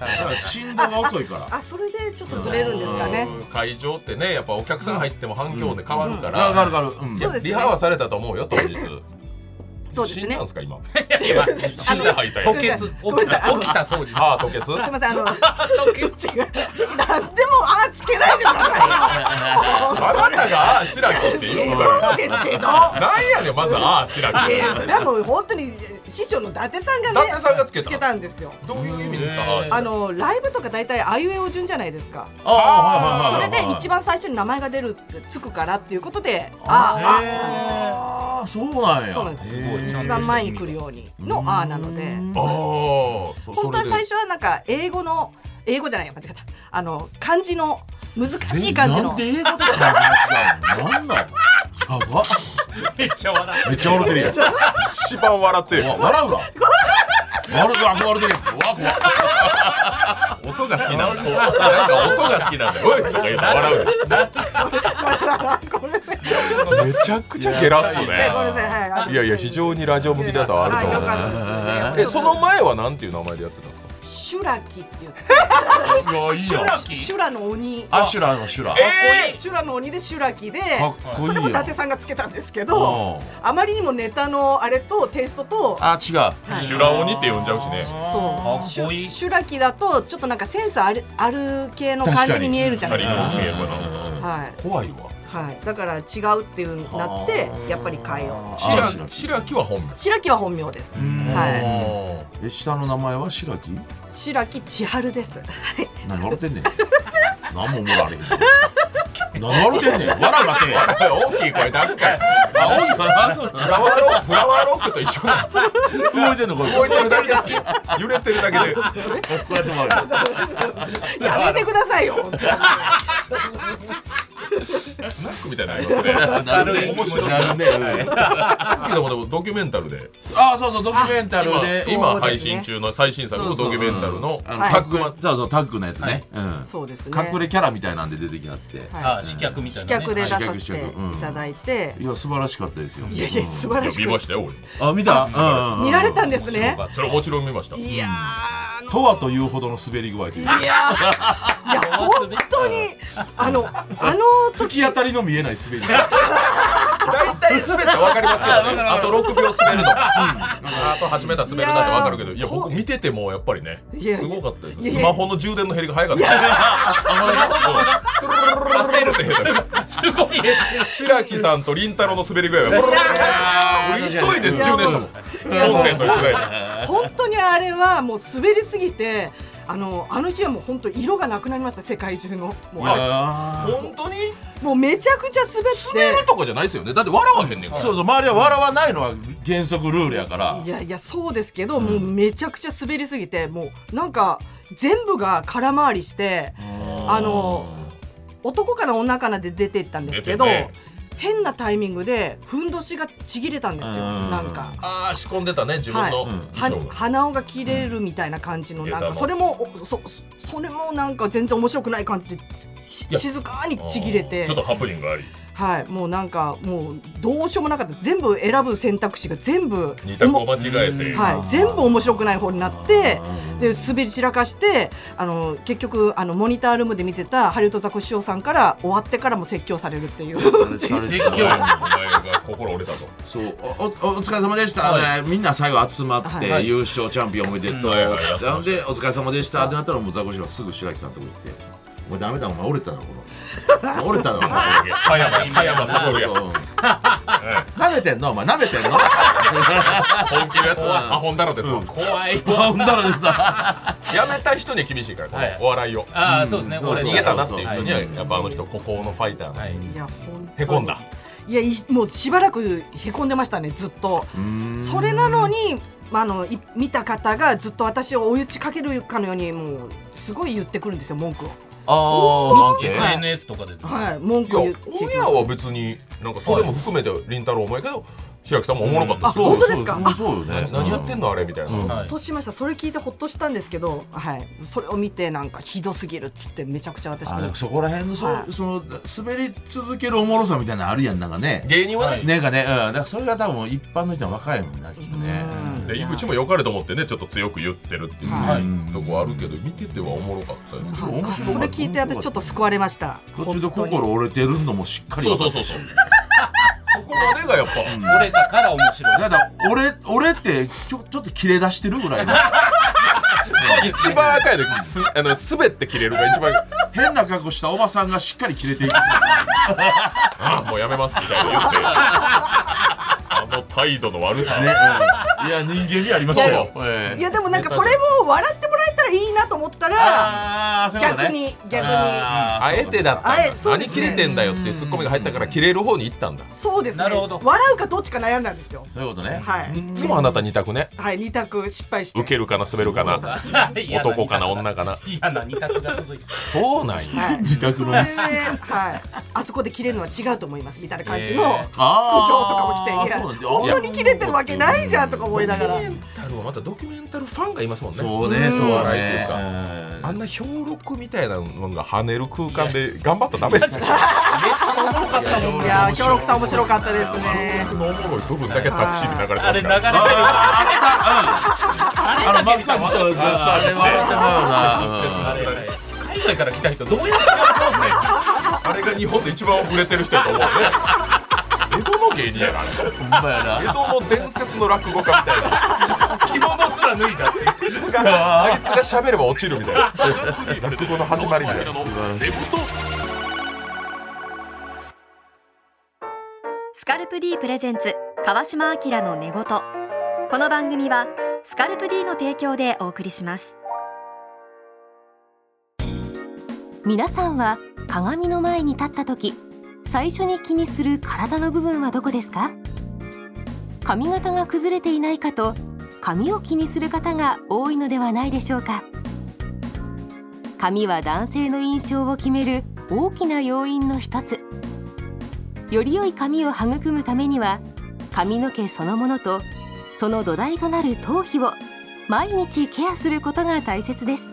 [SPEAKER 3] だから振動が遅いから
[SPEAKER 4] あ、それでちょっとずれるんですかね。
[SPEAKER 1] うん会場ってねやっぱお客さん入っても反響で変わるか
[SPEAKER 3] ガ
[SPEAKER 1] ら、
[SPEAKER 3] ルガルガルうん
[SPEAKER 1] いや
[SPEAKER 4] そうですね
[SPEAKER 1] リハはされたと思うよ当日
[SPEAKER 4] そうです
[SPEAKER 1] 死ん
[SPEAKER 4] ね
[SPEAKER 1] だん。すか 今
[SPEAKER 2] たいや
[SPEAKER 1] 死んで吐いた
[SPEAKER 2] 吐
[SPEAKER 1] よ
[SPEAKER 2] 血起き
[SPEAKER 4] ごめんなさい
[SPEAKER 2] た
[SPEAKER 4] あの
[SPEAKER 2] 起きた掃除
[SPEAKER 1] ああ吐血
[SPEAKER 4] すみません、あの、違う、なんでも、あ、つけないでくだ さいよ。
[SPEAKER 1] あなたが「ああ白木」って言うから
[SPEAKER 4] そうですけど。
[SPEAKER 1] なんやねんまず「ああ白木」
[SPEAKER 4] えーそれはもう、本当に、師匠の伊達さんがね。
[SPEAKER 1] 伊達さんがつけた
[SPEAKER 4] んですよ。
[SPEAKER 1] どういう意味ですか
[SPEAKER 2] うん
[SPEAKER 1] ああ白木
[SPEAKER 4] あの、ライブとか、大体、あいうえお順じゃないですか。
[SPEAKER 3] あ
[SPEAKER 4] そ
[SPEAKER 3] あ
[SPEAKER 4] れで、一番最初に名前が出る、つくからっていうことで。あー、あ。
[SPEAKER 3] ああそうなんや
[SPEAKER 4] そうなんです
[SPEAKER 3] へー
[SPEAKER 4] 一番前に来るようにの「あ」なので
[SPEAKER 1] あーそ
[SPEAKER 4] 本当は
[SPEAKER 1] それで
[SPEAKER 4] 最初はなんか英語の英語じゃない間違えたあの漢字の難しい漢字
[SPEAKER 3] なん
[SPEAKER 4] の
[SPEAKER 3] で英語とかなんなんなんやば
[SPEAKER 2] めっちゃ笑
[SPEAKER 3] めっちゃ笑ってるやん
[SPEAKER 1] 一番笑ってる
[SPEAKER 3] うわ笑うな笑うわ笑ってるやんうわ怖い
[SPEAKER 1] 音が好きなんだ なんか音が好きなんだよおいとか言うの笑う
[SPEAKER 4] ごめんなさい
[SPEAKER 1] のめちゃくちゃゲラっすね
[SPEAKER 4] ごめんなさいはいあの
[SPEAKER 1] いやいや非常にラジオ向きだとはあると
[SPEAKER 4] はい
[SPEAKER 1] 思
[SPEAKER 4] よ
[SPEAKER 1] う
[SPEAKER 4] かったですね
[SPEAKER 1] えその前はなんていう名前でやってたんですか
[SPEAKER 4] シュラキって言って
[SPEAKER 3] いやいい
[SPEAKER 2] シュ
[SPEAKER 3] よ
[SPEAKER 2] ラキ
[SPEAKER 4] シュラの鬼
[SPEAKER 3] アシュラのシュラ
[SPEAKER 2] え
[SPEAKER 4] シュラの鬼でシュラキで
[SPEAKER 3] かっこいいよ
[SPEAKER 4] それも伊達さんがつけたんですけどあまりにもネタのあれとテイストと
[SPEAKER 3] あ違う
[SPEAKER 4] はい
[SPEAKER 1] 修羅鬼って呼んじゃうしね
[SPEAKER 4] そうシ
[SPEAKER 2] かっこいい
[SPEAKER 4] ュシュラキだとちょっとなんかセンスあるある系の感じに見えるじゃないです
[SPEAKER 1] 確
[SPEAKER 4] か
[SPEAKER 1] かにうん
[SPEAKER 4] はい
[SPEAKER 1] 怖いわ
[SPEAKER 4] はい、だから違うっていうなってやっぱり変えよう
[SPEAKER 3] あ
[SPEAKER 1] 白木白木は本名
[SPEAKER 4] 白木は本名ですは
[SPEAKER 1] おー
[SPEAKER 3] え下の名前は白木
[SPEAKER 4] い白木千春ですはい
[SPEAKER 3] 何笑 ってんねん何も思われへん何笑ってんねん笑うなて
[SPEAKER 1] 大きい声出すから青いフラワーロックフラワーロックと一緒なんです
[SPEAKER 3] 動いてんのこれ
[SPEAKER 1] 動いてるだけですよ揺れてるだけで
[SPEAKER 3] こうやってもらう
[SPEAKER 4] やめてくださいよ本当に
[SPEAKER 1] スナックみたいなのありますね
[SPEAKER 3] なる
[SPEAKER 1] 面白い
[SPEAKER 3] なるねうん
[SPEAKER 1] さっきのもでもドキュメンタルで
[SPEAKER 3] あそうそうドキュメンタル
[SPEAKER 1] 今
[SPEAKER 3] で
[SPEAKER 1] 今配信中の最新作のドキュメンタルの
[SPEAKER 3] あ
[SPEAKER 4] はい
[SPEAKER 3] タッグマンそうそうタッグのやつねうん
[SPEAKER 4] そうですね
[SPEAKER 3] 隠れキャラみたいなんで出てきなって
[SPEAKER 2] あ
[SPEAKER 4] は
[SPEAKER 2] 刺客み
[SPEAKER 4] い
[SPEAKER 2] たい
[SPEAKER 4] 試
[SPEAKER 2] なね
[SPEAKER 4] 脚で出
[SPEAKER 2] はい
[SPEAKER 4] させていただいて
[SPEAKER 3] いや素晴らしかったですよ
[SPEAKER 4] いやいや素晴ら
[SPEAKER 1] 呼
[SPEAKER 4] し
[SPEAKER 1] び
[SPEAKER 4] く
[SPEAKER 1] ましたよ俺
[SPEAKER 3] あ見たうん
[SPEAKER 4] 見られたんですね
[SPEAKER 1] それもちろん見ました
[SPEAKER 4] いやーあの
[SPEAKER 3] とはというほどの滑り具合というか
[SPEAKER 4] いやーいや本当にあのあの
[SPEAKER 3] 突き当たりの見えない滑 り具合
[SPEAKER 1] 大体滑ったら分かりますけどねあと6秒滑るのあと8メーター滑るなって分かるけどいや僕見ててもやっぱりね
[SPEAKER 4] いや
[SPEAKER 1] すごかったです
[SPEAKER 4] いや
[SPEAKER 1] スマホの充電の減りが早かった です焦るって減った
[SPEAKER 2] すごい
[SPEAKER 1] 白木さんと凛太郎の滑り具合は俺急いで充電したもんコンセント行くぐらい
[SPEAKER 4] 本当にあれはもう滑りすぎてあのあの日はもう本当色がなくなりました世界中のもうあれ
[SPEAKER 1] 本当に
[SPEAKER 4] もうめちゃくちゃ滑って
[SPEAKER 1] 滑るとかじゃないですよねだって笑わへんねんから
[SPEAKER 3] そうそう周りは笑わないのは原則ルールやから
[SPEAKER 4] いやいやそうですけど、もうめちゃくちゃ滑りすぎてもうなんか全部が空回りしてあの男から女からで出ていったんですけど、
[SPEAKER 1] 出てね
[SPEAKER 4] 変なタイミングでふんどしがちぎれたんですよ
[SPEAKER 3] うん
[SPEAKER 4] なんか。
[SPEAKER 1] ああ仕込んでたね自分の衣
[SPEAKER 4] はは
[SPEAKER 1] 装が
[SPEAKER 4] 鼻緒が切れるみたいな感じのなん
[SPEAKER 1] う
[SPEAKER 4] か
[SPEAKER 1] ん
[SPEAKER 4] それもおそそそれもなんか全然面白くない感じでし
[SPEAKER 1] いや
[SPEAKER 4] 静かにちぎれて
[SPEAKER 1] ちょっとハプニングがあり
[SPEAKER 4] はいもうなんかもうどうしようもなかった全部選ぶ選択肢が全部
[SPEAKER 1] 二択を間違えて
[SPEAKER 4] はい、全部面白くない方になってで滑り散らかしてあの結局あのモニタールームで見てたハリウッドザコシショウさんから終わってからも説教されるっていう
[SPEAKER 2] 説
[SPEAKER 1] お
[SPEAKER 2] 教
[SPEAKER 1] 前が心折れたと
[SPEAKER 3] そうおおお疲れ様でした、ねみんな最後集まって、
[SPEAKER 4] は
[SPEAKER 3] 優勝チャンピオンおめでとう、
[SPEAKER 1] はいはいやってました
[SPEAKER 3] なんでお疲れ様でしたってなったらもうザコシがすぐ白木さんのとこ行って「お前ダメだお前折れたなこの折れたなお前
[SPEAKER 1] 狭山狭山悟や
[SPEAKER 3] そううん舐めてんのお前舐めてんの
[SPEAKER 1] 本気のやつはアホンダロですわ
[SPEAKER 2] 怖い
[SPEAKER 3] ほんだらでさ
[SPEAKER 1] やめた人には厳しいからこ
[SPEAKER 2] はい
[SPEAKER 1] のお笑いを
[SPEAKER 2] ああそうですね
[SPEAKER 3] そう
[SPEAKER 2] こ
[SPEAKER 3] そ
[SPEAKER 2] れ
[SPEAKER 3] う
[SPEAKER 1] 逃げたなっていう人には
[SPEAKER 2] は
[SPEAKER 1] やっぱあの人孤高のファイター
[SPEAKER 2] はい
[SPEAKER 1] ない
[SPEAKER 4] や本当
[SPEAKER 1] へこんだ
[SPEAKER 4] いやいもうしばらくへこんでましたねずっとそれなのにまああのい見た方がずっと私を追い打ちかけるかのようにもうすごい言ってくるんですよ文句を
[SPEAKER 3] ああなんて
[SPEAKER 2] SNS とかで
[SPEAKER 4] はい文
[SPEAKER 1] い
[SPEAKER 4] 句を言
[SPEAKER 1] や
[SPEAKER 4] ってき
[SPEAKER 1] オンエ
[SPEAKER 4] ま
[SPEAKER 1] ア
[SPEAKER 4] す
[SPEAKER 1] は別になんかそれも含めて凛太郎お前けど白木さんもおもろかった
[SPEAKER 4] あ
[SPEAKER 1] ですよ
[SPEAKER 4] 本当ですか
[SPEAKER 3] そうそうそうよね
[SPEAKER 1] 何やってんのあれみたいな
[SPEAKER 2] はい
[SPEAKER 4] としましたそれ聞いてほっとしたんですけど、はい、それを見てなんかひどすぎるっつってめちゃくちゃ私
[SPEAKER 3] あ
[SPEAKER 4] に
[SPEAKER 3] そこら辺のそ,、
[SPEAKER 4] はい
[SPEAKER 3] その滑り続けるおもろさみたいなのあるやんなんかね
[SPEAKER 1] 芸人は
[SPEAKER 2] は
[SPEAKER 1] ね
[SPEAKER 2] い
[SPEAKER 3] なんかね、うん、だからそれが多分一般の人は若いもんなきっとね
[SPEAKER 1] で井口も良かれと思ってねちょっと強く言ってるっていう
[SPEAKER 2] はい
[SPEAKER 1] ねとこあるけど見ててはおもろかったです
[SPEAKER 3] うん面白かっ
[SPEAKER 4] そ
[SPEAKER 3] た
[SPEAKER 4] れ聞いて私ちょっと救われました
[SPEAKER 3] 途中で
[SPEAKER 4] 本当に
[SPEAKER 3] 心折れてるのもしっかり
[SPEAKER 1] そう
[SPEAKER 3] 分か
[SPEAKER 1] そ
[SPEAKER 3] っ
[SPEAKER 1] う
[SPEAKER 3] て
[SPEAKER 1] そうそうそこまでがやっぱ
[SPEAKER 2] 折れたから面白い
[SPEAKER 3] だから俺俺ってきょちょっと切れ出してるぐ らいの
[SPEAKER 1] 一番赤いのす あの滑って切れるが一番
[SPEAKER 3] 変な格好したおばさんがしっかり切れていく
[SPEAKER 1] あもうやめますみたいな言ってあの態度の悪さね
[SPEAKER 3] いや人間味あります
[SPEAKER 1] そう
[SPEAKER 3] よ、
[SPEAKER 4] いやでもなんかそれも笑ってもらえたらいいなと思ったら
[SPEAKER 3] あーそういうことね
[SPEAKER 4] 逆に逆に
[SPEAKER 3] あ
[SPEAKER 1] あえてだったん
[SPEAKER 4] あえ
[SPEAKER 1] だ
[SPEAKER 4] そう
[SPEAKER 1] 何
[SPEAKER 4] ですね
[SPEAKER 1] 切れてんだよっていうツッコミが入ったから切れる方に行ったんだ
[SPEAKER 4] そうですね
[SPEAKER 2] なるほど
[SPEAKER 4] 笑うかどっちか悩んだんですよ
[SPEAKER 3] ーそういうことね
[SPEAKER 4] はい
[SPEAKER 1] いつもあなた二択ね
[SPEAKER 4] はい二択失敗して
[SPEAKER 1] 受けるかな滑るかな男かな女かな
[SPEAKER 2] 嫌な二択が続いて
[SPEAKER 1] そうなんや
[SPEAKER 4] はい
[SPEAKER 3] 自宅のミス
[SPEAKER 4] それではいあそこで切れるのは違うと思いますみたいな感じの
[SPEAKER 2] えー
[SPEAKER 4] 苦情とかも来ていや
[SPEAKER 3] そうなんだ
[SPEAKER 4] 本当に切れてるわけないじゃんとか思いながら
[SPEAKER 1] ドキュメンタルはまたドキュメンタルファンがいますもんね
[SPEAKER 3] そうねそうだ
[SPEAKER 1] 笑いとい
[SPEAKER 3] ね
[SPEAKER 1] うかあんな氷録みたいなのが跳ねる空間で頑張ったらダメですよ
[SPEAKER 4] いや協力さん面白かったですね
[SPEAKER 1] 僕のおもろい部分だけタクシーで流れて
[SPEAKER 2] あれ
[SPEAKER 1] ます
[SPEAKER 2] 流
[SPEAKER 1] から
[SPEAKER 2] れ
[SPEAKER 3] あのマッサージしたあれ笑ってまうな
[SPEAKER 2] 海外から来た人どうやって
[SPEAKER 1] あれが日本で一番売れてる人やと思うね江戸の芸人やなあれ
[SPEAKER 3] ほんまやな
[SPEAKER 1] 江戸の伝説の落語家みたいな
[SPEAKER 2] 着物すら脱いだって
[SPEAKER 1] あいつが あいつが喋れば落ちるみたいな落語の始まりみたいな
[SPEAKER 5] スカルプ D プレゼンツ川島明の寝言この番組はスカルプ D の提供でお送りします皆さんは鏡の前に立った時最初に気にする体の部分はどこですか髪型が崩れていないかと髪を気にする方が多いのではないでしょうか髪は男性の印象を決める大きな要因の一つより良い髪を育むためには髪の毛そのものとその土台となる頭皮を毎日ケアすることが大切です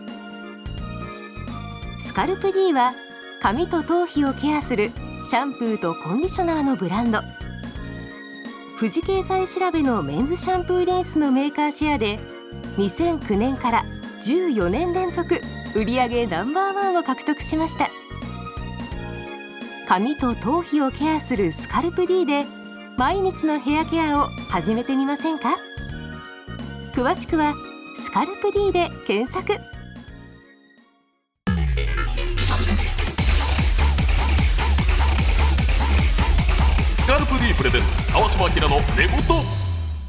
[SPEAKER 5] スカルプ D は髪と頭皮をケアするシャンプーとコンディショナーのブランド富士経済調べのメンズシャンプーリンスのメーカーシェアで2009年から14年連続売上ナンバーワンを獲得しました髪と頭皮をケアするスカルプ D で毎日のヘアケアを始めてみませんか詳しくは「スカルプ D」で検索
[SPEAKER 1] スカルプ D プレゼンツ川島明の寝言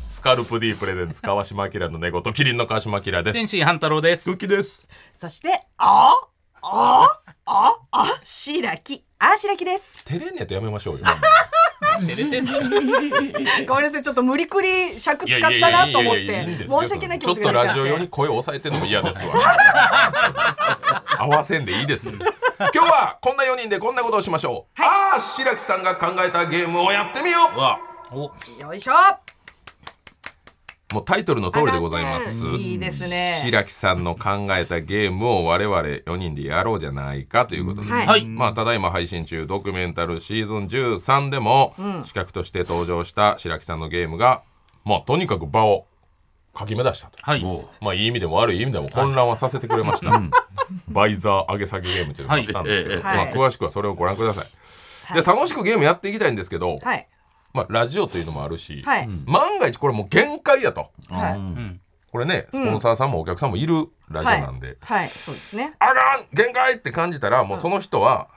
[SPEAKER 1] スカルプ D プレゼンツ川島明の寝言キリンの川島明です
[SPEAKER 2] 天心半太郎です
[SPEAKER 1] 好きです
[SPEAKER 4] そしてああああしらきあしらきです
[SPEAKER 1] 照れんねとやめましょうよ
[SPEAKER 2] 照れてんすか
[SPEAKER 4] ごめんなさいちょっと無理くり尺
[SPEAKER 1] い
[SPEAKER 4] 使っ
[SPEAKER 1] やいやい
[SPEAKER 4] た
[SPEAKER 1] や
[SPEAKER 4] ない
[SPEAKER 1] や
[SPEAKER 4] と
[SPEAKER 1] い
[SPEAKER 4] 思っ
[SPEAKER 1] やいやいいん
[SPEAKER 4] て
[SPEAKER 1] ですよ
[SPEAKER 4] 申し訳ない気
[SPEAKER 1] ちょっ
[SPEAKER 4] 持ちが
[SPEAKER 1] と
[SPEAKER 4] 出
[SPEAKER 1] ラ
[SPEAKER 4] ち
[SPEAKER 1] ジオ
[SPEAKER 4] ゃ
[SPEAKER 1] 用
[SPEAKER 4] っ
[SPEAKER 1] に
[SPEAKER 4] て
[SPEAKER 1] 声を抑えてんのも嫌です わ合わせんでいいです今日はこんな4人でこんなことをしましょう、ああ白木さんが考えたゲームをやってみよう
[SPEAKER 2] お
[SPEAKER 4] よいしょ
[SPEAKER 1] もうタイトルの通りでございます
[SPEAKER 4] あらいいですね
[SPEAKER 1] 白木さんの考えたゲームを我々4人でやろうじゃないかということです、
[SPEAKER 4] はい
[SPEAKER 2] はい
[SPEAKER 1] まあ、ただいま配信中ドキュメンタルシーズン13でも視覚として登場した白木さんのゲームが、まあ、とにかく場をかき乱したと、
[SPEAKER 2] はい
[SPEAKER 1] まあ、いい意味でも悪い意味でも混乱はさせてくれました、バイザー上げ下げゲームというのがあったんですけど、
[SPEAKER 4] はい
[SPEAKER 1] まあ、詳しくはそれをご覧ください、で楽しくゲームやっていきたいんですけど、
[SPEAKER 4] はい
[SPEAKER 1] まあ、ラジオというのもあるし、
[SPEAKER 4] はい
[SPEAKER 1] 万が一これもう限界やと
[SPEAKER 4] はい
[SPEAKER 1] これねスポンサーさんもお客さんもいるラジオなんで、
[SPEAKER 4] はいそうですね
[SPEAKER 1] あかん限界って感じたらもうその人は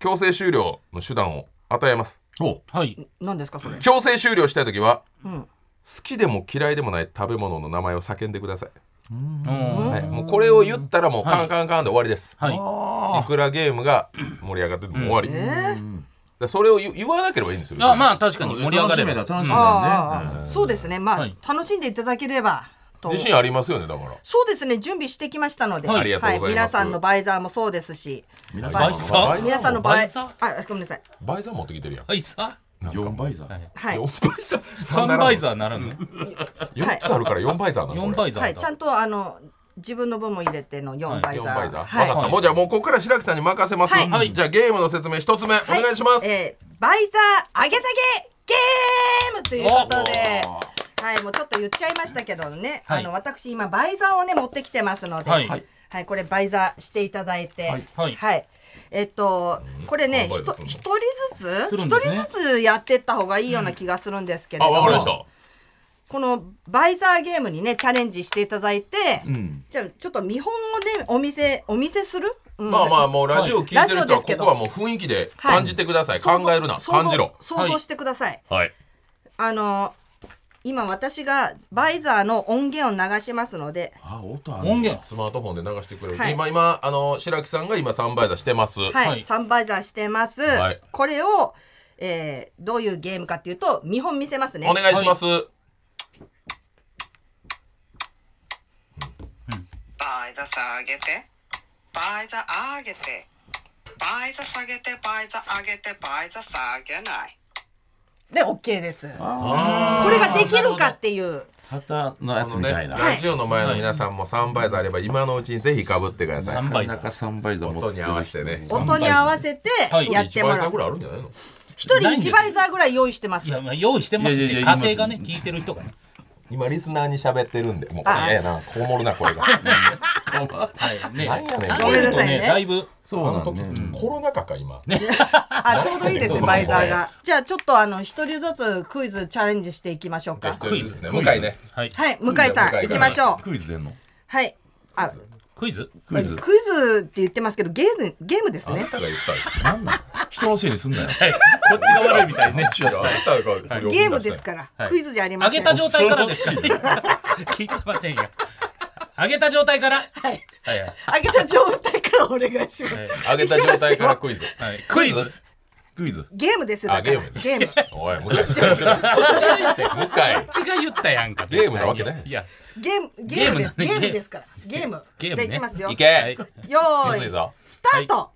[SPEAKER 1] 強制終了の手段を与えます
[SPEAKER 3] ほ
[SPEAKER 2] はい
[SPEAKER 4] 何ですかそれ
[SPEAKER 1] 強制終了したい時は
[SPEAKER 4] うん
[SPEAKER 1] 好きでも嫌いでもない食べ物の名前を叫んでください、
[SPEAKER 2] うん
[SPEAKER 1] はい、もうこれを言ったらもうカンカンカンで終わりです、
[SPEAKER 2] はい
[SPEAKER 1] い、くらゲームが盛り上がってても終わり、だか
[SPEAKER 4] えー
[SPEAKER 1] らそれを言言わなければいいんですよ
[SPEAKER 2] あまあ確か
[SPEAKER 3] う
[SPEAKER 2] に盛り上
[SPEAKER 3] 楽
[SPEAKER 2] が
[SPEAKER 3] し
[SPEAKER 2] れ
[SPEAKER 3] めだ
[SPEAKER 2] ば
[SPEAKER 3] 楽しめだね
[SPEAKER 4] ああそうですねま
[SPEAKER 2] は
[SPEAKER 4] あ
[SPEAKER 2] い
[SPEAKER 4] 楽しんでいただければと
[SPEAKER 1] 自信ありますよねだから
[SPEAKER 4] そうですね準備してきましたので
[SPEAKER 1] はいありがとうございます
[SPEAKER 4] 皆さんのバイザーもそうですし
[SPEAKER 3] 皆
[SPEAKER 1] バ
[SPEAKER 3] さ
[SPEAKER 1] イ
[SPEAKER 3] ん
[SPEAKER 1] ザ
[SPEAKER 2] ー
[SPEAKER 1] ー
[SPEAKER 4] 皆さんの
[SPEAKER 2] バ
[SPEAKER 4] バ
[SPEAKER 2] イ
[SPEAKER 4] イ
[SPEAKER 2] ザー
[SPEAKER 4] あごめんなさい
[SPEAKER 1] バイザー持ってきてるやん
[SPEAKER 2] はいさ
[SPEAKER 3] 4倍だ
[SPEAKER 4] はい
[SPEAKER 1] 4倍ザー
[SPEAKER 2] 三倍ザーならぬ
[SPEAKER 1] 4つあるから4倍ザーなのこれ
[SPEAKER 2] 四倍ザ
[SPEAKER 4] は
[SPEAKER 2] ー
[SPEAKER 4] いちゃ
[SPEAKER 2] だ
[SPEAKER 4] んとあの自分の分も入れての
[SPEAKER 2] は
[SPEAKER 4] 4
[SPEAKER 2] い
[SPEAKER 4] バイザ
[SPEAKER 1] 四
[SPEAKER 4] ー
[SPEAKER 1] 倍だ。
[SPEAKER 4] はい
[SPEAKER 1] 分かった。もうじゃあもうここから白木さんに任せます。
[SPEAKER 4] は
[SPEAKER 2] はい
[SPEAKER 1] じゃあゲームの説明一つ目お
[SPEAKER 4] は
[SPEAKER 1] 願いします。
[SPEAKER 4] えーバイザー上げ下げゲームということで。はい、もうちょっと言っちゃいましたけどね、
[SPEAKER 2] はい
[SPEAKER 4] あの私今バイザーをね持ってきてますので、
[SPEAKER 2] は
[SPEAKER 4] はいい、
[SPEAKER 2] はい
[SPEAKER 4] これバイザーしていただいて、はい、
[SPEAKER 2] はい
[SPEAKER 4] えっとこれね、
[SPEAKER 1] うん
[SPEAKER 4] ひと
[SPEAKER 1] うん
[SPEAKER 4] 一人ず
[SPEAKER 2] す
[SPEAKER 4] つ
[SPEAKER 2] る
[SPEAKER 4] 一、
[SPEAKER 2] んですね
[SPEAKER 4] 人ずつやってった方がいいような気がするんですけれ
[SPEAKER 1] あ、
[SPEAKER 4] ど
[SPEAKER 1] わ
[SPEAKER 4] も、
[SPEAKER 1] かりました。
[SPEAKER 4] このバイザーゲームにねチャレンジしていただいて、
[SPEAKER 3] うん
[SPEAKER 4] じゃあちょっと見本をねお見せお見せする、うん
[SPEAKER 1] まあまあもうラジオ聞いてる人
[SPEAKER 4] ラジオ
[SPEAKER 1] は
[SPEAKER 4] です
[SPEAKER 1] こ
[SPEAKER 4] けど
[SPEAKER 1] こはもう雰囲気で感じてください。
[SPEAKER 4] 想像
[SPEAKER 1] 考えるな。
[SPEAKER 4] 想像
[SPEAKER 1] 感じろ。
[SPEAKER 4] 想像してください
[SPEAKER 1] はい。
[SPEAKER 4] あの今私がバイザーの音源を流しますので、
[SPEAKER 3] あ音ある
[SPEAKER 2] 音源
[SPEAKER 1] スマートフォンで流してくれる。
[SPEAKER 4] はい
[SPEAKER 1] 今今あの白木さんが今三倍ザーしてます。
[SPEAKER 4] はい
[SPEAKER 2] はい
[SPEAKER 4] サンバイザーしてます、
[SPEAKER 1] はい
[SPEAKER 4] これを、えーどういうゲームかっていうと見本見せますね
[SPEAKER 1] お願いします。
[SPEAKER 6] バイザ下げて。バイザ上げて。バイザ下げて、バイザ上げて、バイザ下げない。
[SPEAKER 4] で OK ですこ
[SPEAKER 3] あ
[SPEAKER 4] れができるかっていう
[SPEAKER 3] ー旗のや
[SPEAKER 1] あ
[SPEAKER 3] つ
[SPEAKER 1] の
[SPEAKER 3] み
[SPEAKER 1] ね
[SPEAKER 3] たいな
[SPEAKER 1] ラジオの前の皆さんも三倍ザーあれば今のうちにぜひ被ってください
[SPEAKER 2] 三。
[SPEAKER 3] なかなか3倍だ持
[SPEAKER 1] 音
[SPEAKER 3] って
[SPEAKER 1] に
[SPEAKER 3] る
[SPEAKER 1] 合わせ
[SPEAKER 3] 人
[SPEAKER 1] てね。
[SPEAKER 4] 音に合わせて
[SPEAKER 2] はい
[SPEAKER 4] やっても
[SPEAKER 1] 一倍ザー
[SPEAKER 4] らう
[SPEAKER 1] ぐらいあるんじゃないの？
[SPEAKER 4] 一人一バイザーぐらい用意してます
[SPEAKER 2] いやまあ用意してますっ
[SPEAKER 3] いやいや
[SPEAKER 2] て
[SPEAKER 3] いや
[SPEAKER 2] 家庭がね聞いてる人がね
[SPEAKER 1] 今リスナーに喋ってるんでもう
[SPEAKER 4] あ
[SPEAKER 1] ええなこもるなこれが
[SPEAKER 2] はいね
[SPEAKER 1] なんやねん
[SPEAKER 2] 下げると
[SPEAKER 4] ごめんなさいね
[SPEAKER 2] だいぶ
[SPEAKER 3] そうなん
[SPEAKER 1] あ
[SPEAKER 3] ね
[SPEAKER 1] の時コロナ禍か今
[SPEAKER 4] あ、ちょうどいいですね、
[SPEAKER 1] そう
[SPEAKER 4] バイザーが。じゃあ、ちょっとあの、一人ずつクイズチャレンジしていきましょうか。
[SPEAKER 1] クイズね
[SPEAKER 3] ク
[SPEAKER 1] 向
[SPEAKER 3] イズ
[SPEAKER 1] 井ね
[SPEAKER 2] はい
[SPEAKER 4] はい、向井さん、
[SPEAKER 1] 向井
[SPEAKER 4] 行きましょう。
[SPEAKER 3] クイズ出んの
[SPEAKER 4] はい。あ、
[SPEAKER 2] クイズ
[SPEAKER 3] クイズ
[SPEAKER 4] クイズって言ってますけど、ゲーム、ゲームです
[SPEAKER 1] あな
[SPEAKER 4] ね。
[SPEAKER 1] たが言ったよ
[SPEAKER 3] なんなん 人のせいにすんなよ
[SPEAKER 2] はいこっちが悪いみたいね
[SPEAKER 1] いやあなたが不良
[SPEAKER 4] ゲー
[SPEAKER 1] 分
[SPEAKER 4] ム
[SPEAKER 1] 出
[SPEAKER 4] で
[SPEAKER 1] し
[SPEAKER 4] す
[SPEAKER 1] たよ
[SPEAKER 4] から
[SPEAKER 2] は、い
[SPEAKER 4] クイズじゃありま
[SPEAKER 2] 揚
[SPEAKER 4] せ
[SPEAKER 2] げ
[SPEAKER 4] ん。
[SPEAKER 2] た状態からですか 聞いてませんよ揚げた状態から
[SPEAKER 4] はい。
[SPEAKER 2] はいはい
[SPEAKER 4] 揚げた状態からお願いします。
[SPEAKER 1] 上げた状態からクイズ
[SPEAKER 2] はいクイズ
[SPEAKER 3] クイズ
[SPEAKER 4] ゲームですよ、
[SPEAKER 1] あ
[SPEAKER 4] だから。
[SPEAKER 1] ゲームね
[SPEAKER 4] ゲーム。
[SPEAKER 1] おい向井向井
[SPEAKER 2] 違が言ったやんか
[SPEAKER 1] ゲームなわけね
[SPEAKER 2] いや
[SPEAKER 4] ゲーム、ゲームです。
[SPEAKER 2] ゲ
[SPEAKER 4] ゲ
[SPEAKER 2] ームな
[SPEAKER 4] ー
[SPEAKER 2] んで
[SPEAKER 4] ムですから。ゲーム。
[SPEAKER 2] ゲ
[SPEAKER 4] じ
[SPEAKER 2] ームね
[SPEAKER 4] ゃあ、行きますよ。
[SPEAKER 1] い
[SPEAKER 4] よ
[SPEAKER 2] はい
[SPEAKER 1] けむずい
[SPEAKER 4] ーい
[SPEAKER 1] ぞ、
[SPEAKER 4] スタート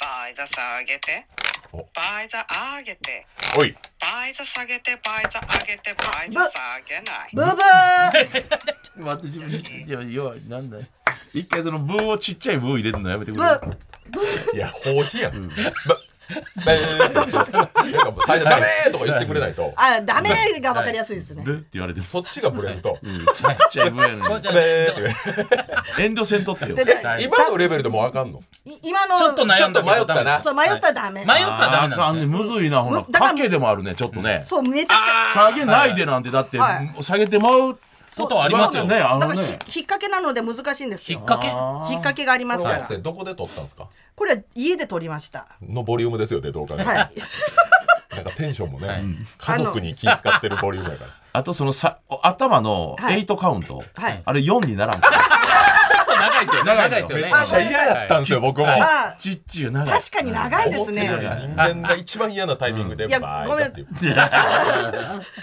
[SPEAKER 6] バイザ下げて
[SPEAKER 1] お
[SPEAKER 6] バイザ上げて
[SPEAKER 1] おい
[SPEAKER 6] バイザ下げてバイザ上げてバイザ下げない
[SPEAKER 4] ブーブー
[SPEAKER 3] 待って自分でよよなんだよ一回そのブーをちっちゃいブー入れるのやめてく
[SPEAKER 4] ブ
[SPEAKER 3] れる
[SPEAKER 4] ー
[SPEAKER 1] いや放棄やん、ばばなんかもう最初ダメーとか言ってくれないと
[SPEAKER 4] あ、ダメがわかりやすいですね。
[SPEAKER 3] ブーって言われてる
[SPEAKER 1] そっちがブレると
[SPEAKER 3] うん ちっちゃいブーや
[SPEAKER 2] こ
[SPEAKER 3] の
[SPEAKER 2] う
[SPEAKER 3] に
[SPEAKER 2] じゃあ
[SPEAKER 1] べーって
[SPEAKER 3] 遠慮せんとってよ
[SPEAKER 4] でで
[SPEAKER 2] はい
[SPEAKER 1] 今のレベルでもうあかんの
[SPEAKER 4] い今の、
[SPEAKER 2] ちょっと
[SPEAKER 1] ち
[SPEAKER 2] 悩
[SPEAKER 1] ょ
[SPEAKER 2] ん
[SPEAKER 1] っ
[SPEAKER 2] だ
[SPEAKER 1] と
[SPEAKER 2] け
[SPEAKER 1] 迷
[SPEAKER 2] ど
[SPEAKER 1] ったな
[SPEAKER 4] そう、迷ったらダメ。
[SPEAKER 2] 迷ったらダ
[SPEAKER 3] あ
[SPEAKER 2] メな
[SPEAKER 3] ーか
[SPEAKER 2] ん
[SPEAKER 3] ん
[SPEAKER 2] です
[SPEAKER 3] ね
[SPEAKER 2] ね
[SPEAKER 3] むずいなほら
[SPEAKER 4] むだから
[SPEAKER 3] 賭けでもあるねちょっとね
[SPEAKER 4] そう、めちゃくちゃ。
[SPEAKER 3] 下げないでなんてだって
[SPEAKER 4] はい
[SPEAKER 3] 下げてまう
[SPEAKER 2] ことありますよ
[SPEAKER 3] ねあ
[SPEAKER 4] だ
[SPEAKER 3] の
[SPEAKER 4] からひ
[SPEAKER 3] ね
[SPEAKER 4] 引っ掛けなので難しいんです
[SPEAKER 2] 引っ
[SPEAKER 4] よ。
[SPEAKER 2] 掛け
[SPEAKER 4] 引っ掛けがありますか
[SPEAKER 1] 先
[SPEAKER 4] ら
[SPEAKER 1] 生。どこで撮ったんですか
[SPEAKER 4] これは家で撮りました。
[SPEAKER 1] のボリュームですよねどうかね、
[SPEAKER 4] はい。
[SPEAKER 1] なんかテンションもね、
[SPEAKER 2] はい
[SPEAKER 1] 家族に気使ってるボリュームやから
[SPEAKER 3] あとそのさ頭の
[SPEAKER 4] はい
[SPEAKER 3] 8カウント
[SPEAKER 4] はい
[SPEAKER 3] あれ4にならんか
[SPEAKER 2] 長いですよね
[SPEAKER 3] 長い
[SPEAKER 2] 長いですよね
[SPEAKER 3] めっ
[SPEAKER 1] めっちゃ嫌やったんですよ、僕も思
[SPEAKER 4] あ、
[SPEAKER 3] ちっちゅう 長い
[SPEAKER 4] 確かに長いです
[SPEAKER 1] ってるより
[SPEAKER 4] ね。
[SPEAKER 1] 人間が一番嫌なタイミングで
[SPEAKER 4] いや
[SPEAKER 1] バ
[SPEAKER 4] ご
[SPEAKER 1] ー
[SPEAKER 4] め
[SPEAKER 1] イ
[SPEAKER 4] ん
[SPEAKER 1] っていうい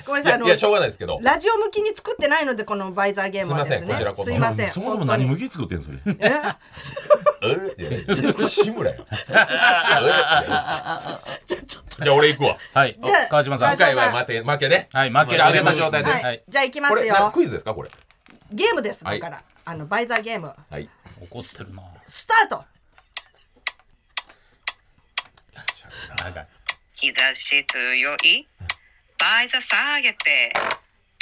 [SPEAKER 4] ごめんなさい、あ
[SPEAKER 1] や
[SPEAKER 4] の
[SPEAKER 1] い、やしょうがないですけど
[SPEAKER 4] ラジオ向きに作ってないので、このバイザーゲームはですね。
[SPEAKER 1] すいませんこちらこそ
[SPEAKER 4] すいません。
[SPEAKER 3] そもそも
[SPEAKER 4] 本当
[SPEAKER 3] 何
[SPEAKER 4] に
[SPEAKER 3] 麦作ってんのそれ
[SPEAKER 4] え
[SPEAKER 1] えいやいや志村やえ
[SPEAKER 4] じゃあ ちょっと
[SPEAKER 1] じゃあ俺行くわ
[SPEAKER 2] はい
[SPEAKER 4] じゃあ
[SPEAKER 2] 川島さん
[SPEAKER 4] 川
[SPEAKER 1] 今回は負け負けね
[SPEAKER 2] はい負け
[SPEAKER 1] じゃあ上げた状態で、
[SPEAKER 2] はい
[SPEAKER 4] はい。じゃあ行きま
[SPEAKER 1] こ
[SPEAKER 4] す
[SPEAKER 1] れな
[SPEAKER 4] よ。
[SPEAKER 1] クイズですかこれ
[SPEAKER 4] ゲームです、
[SPEAKER 1] は
[SPEAKER 4] だ
[SPEAKER 1] い
[SPEAKER 4] から。あの、バイザーゲーム。
[SPEAKER 1] はい
[SPEAKER 2] 怒ってるな
[SPEAKER 4] スタート
[SPEAKER 2] 長い
[SPEAKER 6] 日差し強いバイザ下げて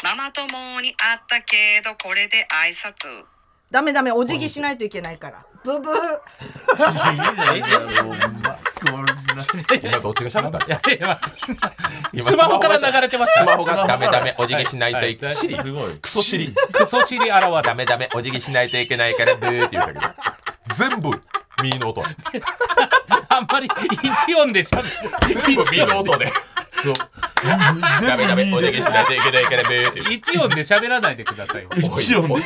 [SPEAKER 6] ママ友に会ったけどこれで挨拶
[SPEAKER 4] ダメダメ、お辞儀しないといけないから。ブブー。
[SPEAKER 1] 今どっちが喋ったん です
[SPEAKER 2] い
[SPEAKER 1] か
[SPEAKER 2] やいや
[SPEAKER 1] 今
[SPEAKER 2] スマホから流れてました
[SPEAKER 1] スマホがダメダメお辞儀しないといけ
[SPEAKER 2] は
[SPEAKER 1] ないい。シリ
[SPEAKER 3] すごい
[SPEAKER 1] クソシリ。
[SPEAKER 2] クソ尻現れ
[SPEAKER 1] ダメダメお辞儀しないといけないからブーって言ったけど。全部右の音。
[SPEAKER 2] あんまり一音でしゃべる
[SPEAKER 1] 全部右の音で。
[SPEAKER 3] そう
[SPEAKER 1] ダメダメお辞儀しないといけないからブーって言う。
[SPEAKER 2] 一音で喋らないでくださいよ
[SPEAKER 3] 一応ね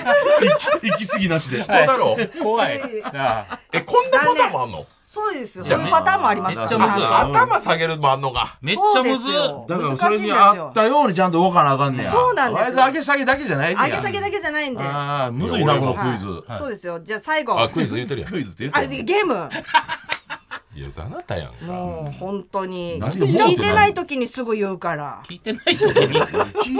[SPEAKER 3] 息継ぎなしで
[SPEAKER 1] 人だろう。
[SPEAKER 2] 怖いなあ
[SPEAKER 1] えこんなパターンもあんの？
[SPEAKER 4] そうですよ。そういうパターンもありますか
[SPEAKER 2] めっちゃむずい
[SPEAKER 4] ら。
[SPEAKER 1] あ頭下げるのもあんのか。
[SPEAKER 2] めっちゃむず
[SPEAKER 4] そうですよ
[SPEAKER 3] だから
[SPEAKER 4] 難
[SPEAKER 3] そ
[SPEAKER 4] し
[SPEAKER 3] れ
[SPEAKER 4] いんで
[SPEAKER 3] に
[SPEAKER 4] す
[SPEAKER 3] あ
[SPEAKER 4] よ
[SPEAKER 3] ったようにちゃんと動かなあかんねや
[SPEAKER 4] そうなんですよ
[SPEAKER 3] とりあえず上げ下げだけじゃないねや
[SPEAKER 4] 上げ下げだけじゃないんで。
[SPEAKER 3] ああむずいなこのクイズ
[SPEAKER 4] はいそうですよ。じゃあ最後。
[SPEAKER 1] あクイズ言ってるやん。
[SPEAKER 3] クイズって言っ
[SPEAKER 4] あ
[SPEAKER 3] た
[SPEAKER 4] れ
[SPEAKER 3] よ
[SPEAKER 4] でゲーム。
[SPEAKER 1] いやあなたやん。
[SPEAKER 4] もう本当に。
[SPEAKER 3] 何を思うてない
[SPEAKER 4] 聞いてない時にすぐ言うから。
[SPEAKER 2] 聞いてない時に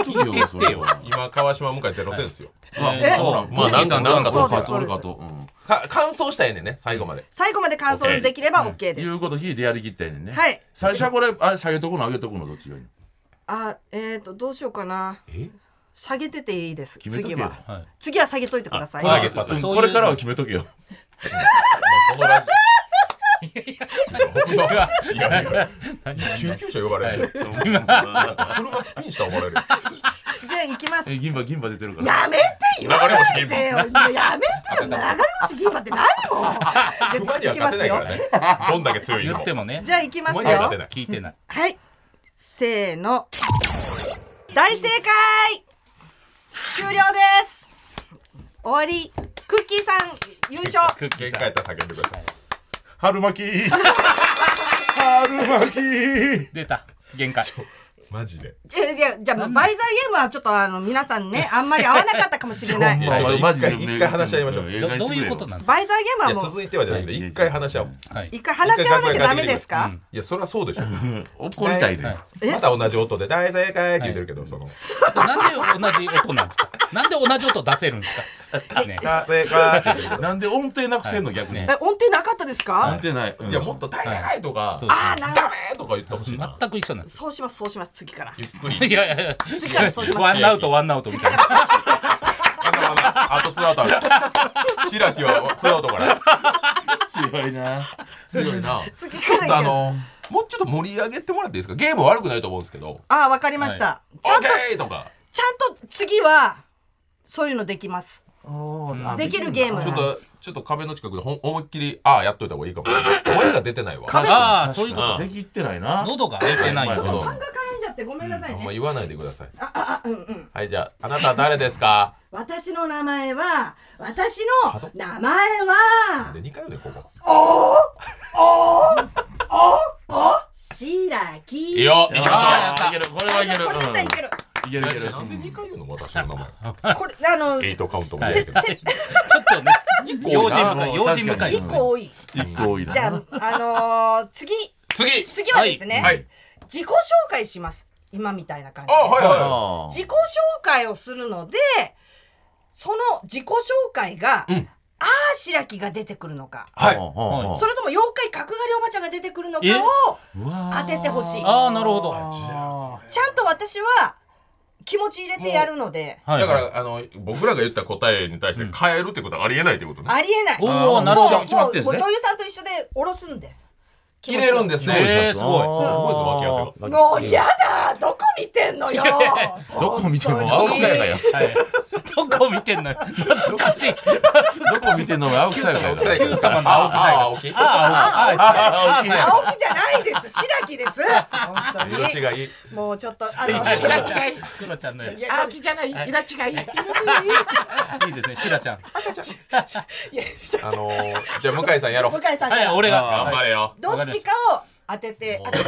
[SPEAKER 3] 聞いとけよそれは
[SPEAKER 1] 今川島向井ゼロ点ですよ。
[SPEAKER 2] え
[SPEAKER 3] ほら
[SPEAKER 1] まあなんかなんか
[SPEAKER 4] そうです
[SPEAKER 3] かるかとうん
[SPEAKER 1] か感想したいねんね最後まで。
[SPEAKER 4] 最後まで感想できれば OK です
[SPEAKER 3] い。うこと聞いてやりきったんやねんね
[SPEAKER 4] はい
[SPEAKER 3] 最初はこれあ下げとくの上げとくのどっちがいいの
[SPEAKER 4] あ、えっと、どうしようかな。下げてていいです。
[SPEAKER 3] 決めとけ
[SPEAKER 4] 次
[SPEAKER 3] よ
[SPEAKER 4] は
[SPEAKER 2] はい。
[SPEAKER 4] 次は下げといてください。
[SPEAKER 1] 下げパター
[SPEAKER 3] うん
[SPEAKER 1] ン。
[SPEAKER 2] そういう
[SPEAKER 3] これからは決めとけよ
[SPEAKER 1] このラジオ。いやいや救急車呼ばれる。車スピンしたら呼ばれる。
[SPEAKER 4] じゃあ行きます
[SPEAKER 3] え。銀歯銀歯出てるから
[SPEAKER 4] やめて言わないでよ。やめてよ。流れ星銀馬って何も。
[SPEAKER 1] クマに
[SPEAKER 4] じゃ
[SPEAKER 1] は
[SPEAKER 4] あ行きま
[SPEAKER 1] 勝て
[SPEAKER 4] す
[SPEAKER 1] ない
[SPEAKER 4] よ
[SPEAKER 1] から。ね。どんだけ強い
[SPEAKER 2] 言
[SPEAKER 1] の
[SPEAKER 2] ってもね
[SPEAKER 4] じゃあ行きます
[SPEAKER 1] クマには勝て
[SPEAKER 4] よ。
[SPEAKER 1] ない。
[SPEAKER 2] 聞いてない
[SPEAKER 4] はい。せーの。大正解終了です終わり。クッキーさん優勝
[SPEAKER 2] クッキ
[SPEAKER 1] 限
[SPEAKER 2] ー
[SPEAKER 1] 界や
[SPEAKER 2] さ
[SPEAKER 1] った
[SPEAKER 2] ん
[SPEAKER 1] ら叫んでください。
[SPEAKER 3] 春巻き春巻き
[SPEAKER 2] 出た限界
[SPEAKER 1] マジで。
[SPEAKER 4] え、じゃあ、じゃあ、バイザーゲームはちょっとあの、皆さ んね、あんまり合わなかったかもしれない。
[SPEAKER 1] い
[SPEAKER 4] バ
[SPEAKER 1] や
[SPEAKER 4] イ
[SPEAKER 1] ちょっと
[SPEAKER 3] マジで
[SPEAKER 1] 一回一回話し合いましょう
[SPEAKER 2] どどういうことなんです
[SPEAKER 4] ザーゲ
[SPEAKER 1] い
[SPEAKER 4] ーム
[SPEAKER 1] や
[SPEAKER 4] はもう、
[SPEAKER 1] 続いてはじゃなくて一回話し合おう。
[SPEAKER 2] かはい
[SPEAKER 4] 一回話し合わなきゃダメですか
[SPEAKER 1] いやそれはそうでしょ。
[SPEAKER 3] 怒りたいね
[SPEAKER 4] え
[SPEAKER 1] また同じ音で大正解って言ってるけどその。
[SPEAKER 2] なんで同じ音なんですかなんで同じ音出せるんですかね
[SPEAKER 3] あ正解なんで音程なくせんの逆に
[SPEAKER 2] ね
[SPEAKER 4] え音程なかったです
[SPEAKER 3] 音
[SPEAKER 4] か
[SPEAKER 3] 程ないうん
[SPEAKER 1] いやもっと大概とか、
[SPEAKER 2] そう
[SPEAKER 4] ああなるほ
[SPEAKER 1] ダメとか言ってほしいな
[SPEAKER 2] 全く一緒なんです
[SPEAKER 4] そうしますそうします次から
[SPEAKER 1] ゆっくり
[SPEAKER 2] いやいやいや
[SPEAKER 4] 次からそうします
[SPEAKER 2] ワンアウトワンアウトみたいな
[SPEAKER 1] あのあのあとツーアウトある白木はツーアウトから
[SPEAKER 3] 強い な
[SPEAKER 1] 強いな
[SPEAKER 4] 次からいき
[SPEAKER 1] あ
[SPEAKER 4] ます
[SPEAKER 1] のもうちょっと盛り上げてもらっていいですかゲーム悪くないと思うんですけど
[SPEAKER 4] ああわかりました
[SPEAKER 1] 「オ
[SPEAKER 4] ちゃ
[SPEAKER 1] ッ
[SPEAKER 4] んと
[SPEAKER 1] ケー!」とか
[SPEAKER 4] ちゃんと次はそういうのできます
[SPEAKER 3] おーあ
[SPEAKER 4] できるゲーム
[SPEAKER 1] ちょっとちょっと壁の近くでほん思いっきり「ああやっといた方がいいかも」声が出てないわ
[SPEAKER 4] 壁
[SPEAKER 2] ああそういうこ
[SPEAKER 1] あ
[SPEAKER 2] と
[SPEAKER 1] ー
[SPEAKER 3] できってないな
[SPEAKER 2] 喉が開いてない
[SPEAKER 3] は
[SPEAKER 2] よ
[SPEAKER 3] いはい
[SPEAKER 1] そう
[SPEAKER 4] 勘が絡んじゃってごめんなさい
[SPEAKER 1] あんま
[SPEAKER 4] ね
[SPEAKER 1] 言わないでくださいはいじゃああなたは誰ですか
[SPEAKER 4] 私の名前は私の名前
[SPEAKER 1] な
[SPEAKER 4] は
[SPEAKER 1] んで2回よねここ
[SPEAKER 4] 白木
[SPEAKER 1] いいよ行きまし
[SPEAKER 3] あ
[SPEAKER 1] ょ
[SPEAKER 3] ーいけるこれはいける
[SPEAKER 4] これ絶対いける
[SPEAKER 3] うんいけるいけ
[SPEAKER 1] う
[SPEAKER 3] る
[SPEAKER 1] なんで2回言うの私の名前
[SPEAKER 4] これあの
[SPEAKER 1] エイ
[SPEAKER 4] せ
[SPEAKER 1] トカウントも
[SPEAKER 2] は
[SPEAKER 1] 入
[SPEAKER 2] い
[SPEAKER 1] れて
[SPEAKER 4] せ
[SPEAKER 2] ちょっとね用心深い用心深い
[SPEAKER 3] 一
[SPEAKER 2] で
[SPEAKER 4] 一
[SPEAKER 2] すね
[SPEAKER 4] 個多い
[SPEAKER 3] 一個多いな
[SPEAKER 4] じゃああのー次
[SPEAKER 1] 次
[SPEAKER 4] 次はですね
[SPEAKER 1] はいはい
[SPEAKER 4] 自己紹介します今みたいな感じ
[SPEAKER 1] あ
[SPEAKER 4] で
[SPEAKER 1] はいはいは
[SPEAKER 3] あー
[SPEAKER 4] 自己紹介をするのでその自己紹介が、
[SPEAKER 1] ん
[SPEAKER 4] ああ白木が出てくるのか
[SPEAKER 1] はい
[SPEAKER 3] うんうんうん
[SPEAKER 4] それとも妖怪角刈りおばちゃんが出てくるのか
[SPEAKER 2] え
[SPEAKER 4] を
[SPEAKER 3] うわー
[SPEAKER 4] 当ててほしい
[SPEAKER 2] ああなるほど
[SPEAKER 3] あ
[SPEAKER 4] ちゃんと私は気持ち入れてやるので
[SPEAKER 2] はい
[SPEAKER 1] だからあの僕らが言った答えに対して変えるってことはありえないってことね
[SPEAKER 4] ありえない
[SPEAKER 2] おー
[SPEAKER 4] もう
[SPEAKER 2] なるほど
[SPEAKER 4] もう
[SPEAKER 3] 決まってんです
[SPEAKER 4] も
[SPEAKER 3] ね
[SPEAKER 4] う女優さんと一緒で下ろすんで
[SPEAKER 1] 切れるんですね
[SPEAKER 2] えーすごい
[SPEAKER 1] そうすごいです脇汗が
[SPEAKER 3] す
[SPEAKER 4] もうやだどこ見てんのよ
[SPEAKER 3] どこ見ても青
[SPEAKER 1] 青
[SPEAKER 3] 臭
[SPEAKER 1] 臭
[SPEAKER 3] い
[SPEAKER 1] い
[SPEAKER 3] か
[SPEAKER 1] か
[SPEAKER 3] よ
[SPEAKER 1] よ。
[SPEAKER 2] どこ見てんのよ懐かしい懐かしい
[SPEAKER 3] どこ見てんのも青臭いかよ。
[SPEAKER 1] Q 様の青臭いか
[SPEAKER 2] ああああああああああああああ
[SPEAKER 4] 青木じゃないです白木です本当
[SPEAKER 1] 色
[SPEAKER 4] に
[SPEAKER 1] 違い
[SPEAKER 4] もうちょっとあの
[SPEAKER 2] クロちゃんのやつ。
[SPEAKER 4] 青木じゃない
[SPEAKER 2] い
[SPEAKER 4] イラチがいい
[SPEAKER 2] いいですね、シラちゃん。
[SPEAKER 1] あのーじゃあ向井さんやろう
[SPEAKER 4] 向
[SPEAKER 1] 頑
[SPEAKER 4] 井さん
[SPEAKER 2] はい、
[SPEAKER 4] が
[SPEAKER 2] 俺が。
[SPEAKER 1] 張
[SPEAKER 2] はい
[SPEAKER 1] れよ
[SPEAKER 4] どっちかを当てて当てて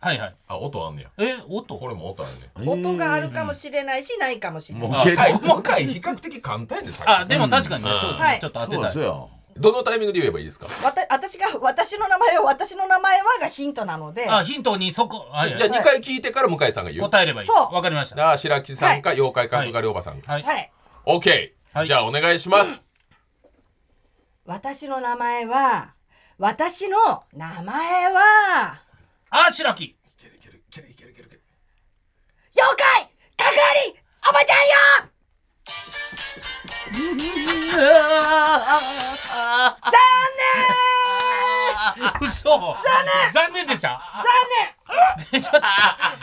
[SPEAKER 2] はいはい。
[SPEAKER 1] あ音あんねや
[SPEAKER 2] え、音
[SPEAKER 1] これも音あんね
[SPEAKER 4] 音があるかもしれないしないかもしれない
[SPEAKER 3] もう
[SPEAKER 1] あ
[SPEAKER 3] 結構
[SPEAKER 1] 細かい比較的簡単でさ
[SPEAKER 2] あ、でも確かにね、そうです
[SPEAKER 4] は
[SPEAKER 2] ね
[SPEAKER 4] い。
[SPEAKER 2] ちょっと当
[SPEAKER 3] そ
[SPEAKER 2] て
[SPEAKER 3] う
[SPEAKER 2] た
[SPEAKER 3] で
[SPEAKER 2] い
[SPEAKER 3] す。よ。
[SPEAKER 1] どのタイミングで言えばいいですかじ
[SPEAKER 4] わた私が私の名前を私の名前はがヒントなので
[SPEAKER 2] あ、ヒントにそこ、はい
[SPEAKER 1] ゃ
[SPEAKER 2] は
[SPEAKER 1] あ
[SPEAKER 2] い、
[SPEAKER 1] 2回聞いてから向井さんが言う
[SPEAKER 2] 答えればいい。
[SPEAKER 4] そう
[SPEAKER 2] わかりました。
[SPEAKER 1] ああ白木さんか妖怪か角刈りおばさんか
[SPEAKER 2] はい。
[SPEAKER 4] はい
[SPEAKER 1] OK
[SPEAKER 2] はい
[SPEAKER 1] じゃあお願いします
[SPEAKER 4] 私の名前は私の名前は
[SPEAKER 2] あ、白木。
[SPEAKER 4] 妖怪かぐりおばちゃんよ
[SPEAKER 2] 嘘。残念。残念でした。残念。ちょっと、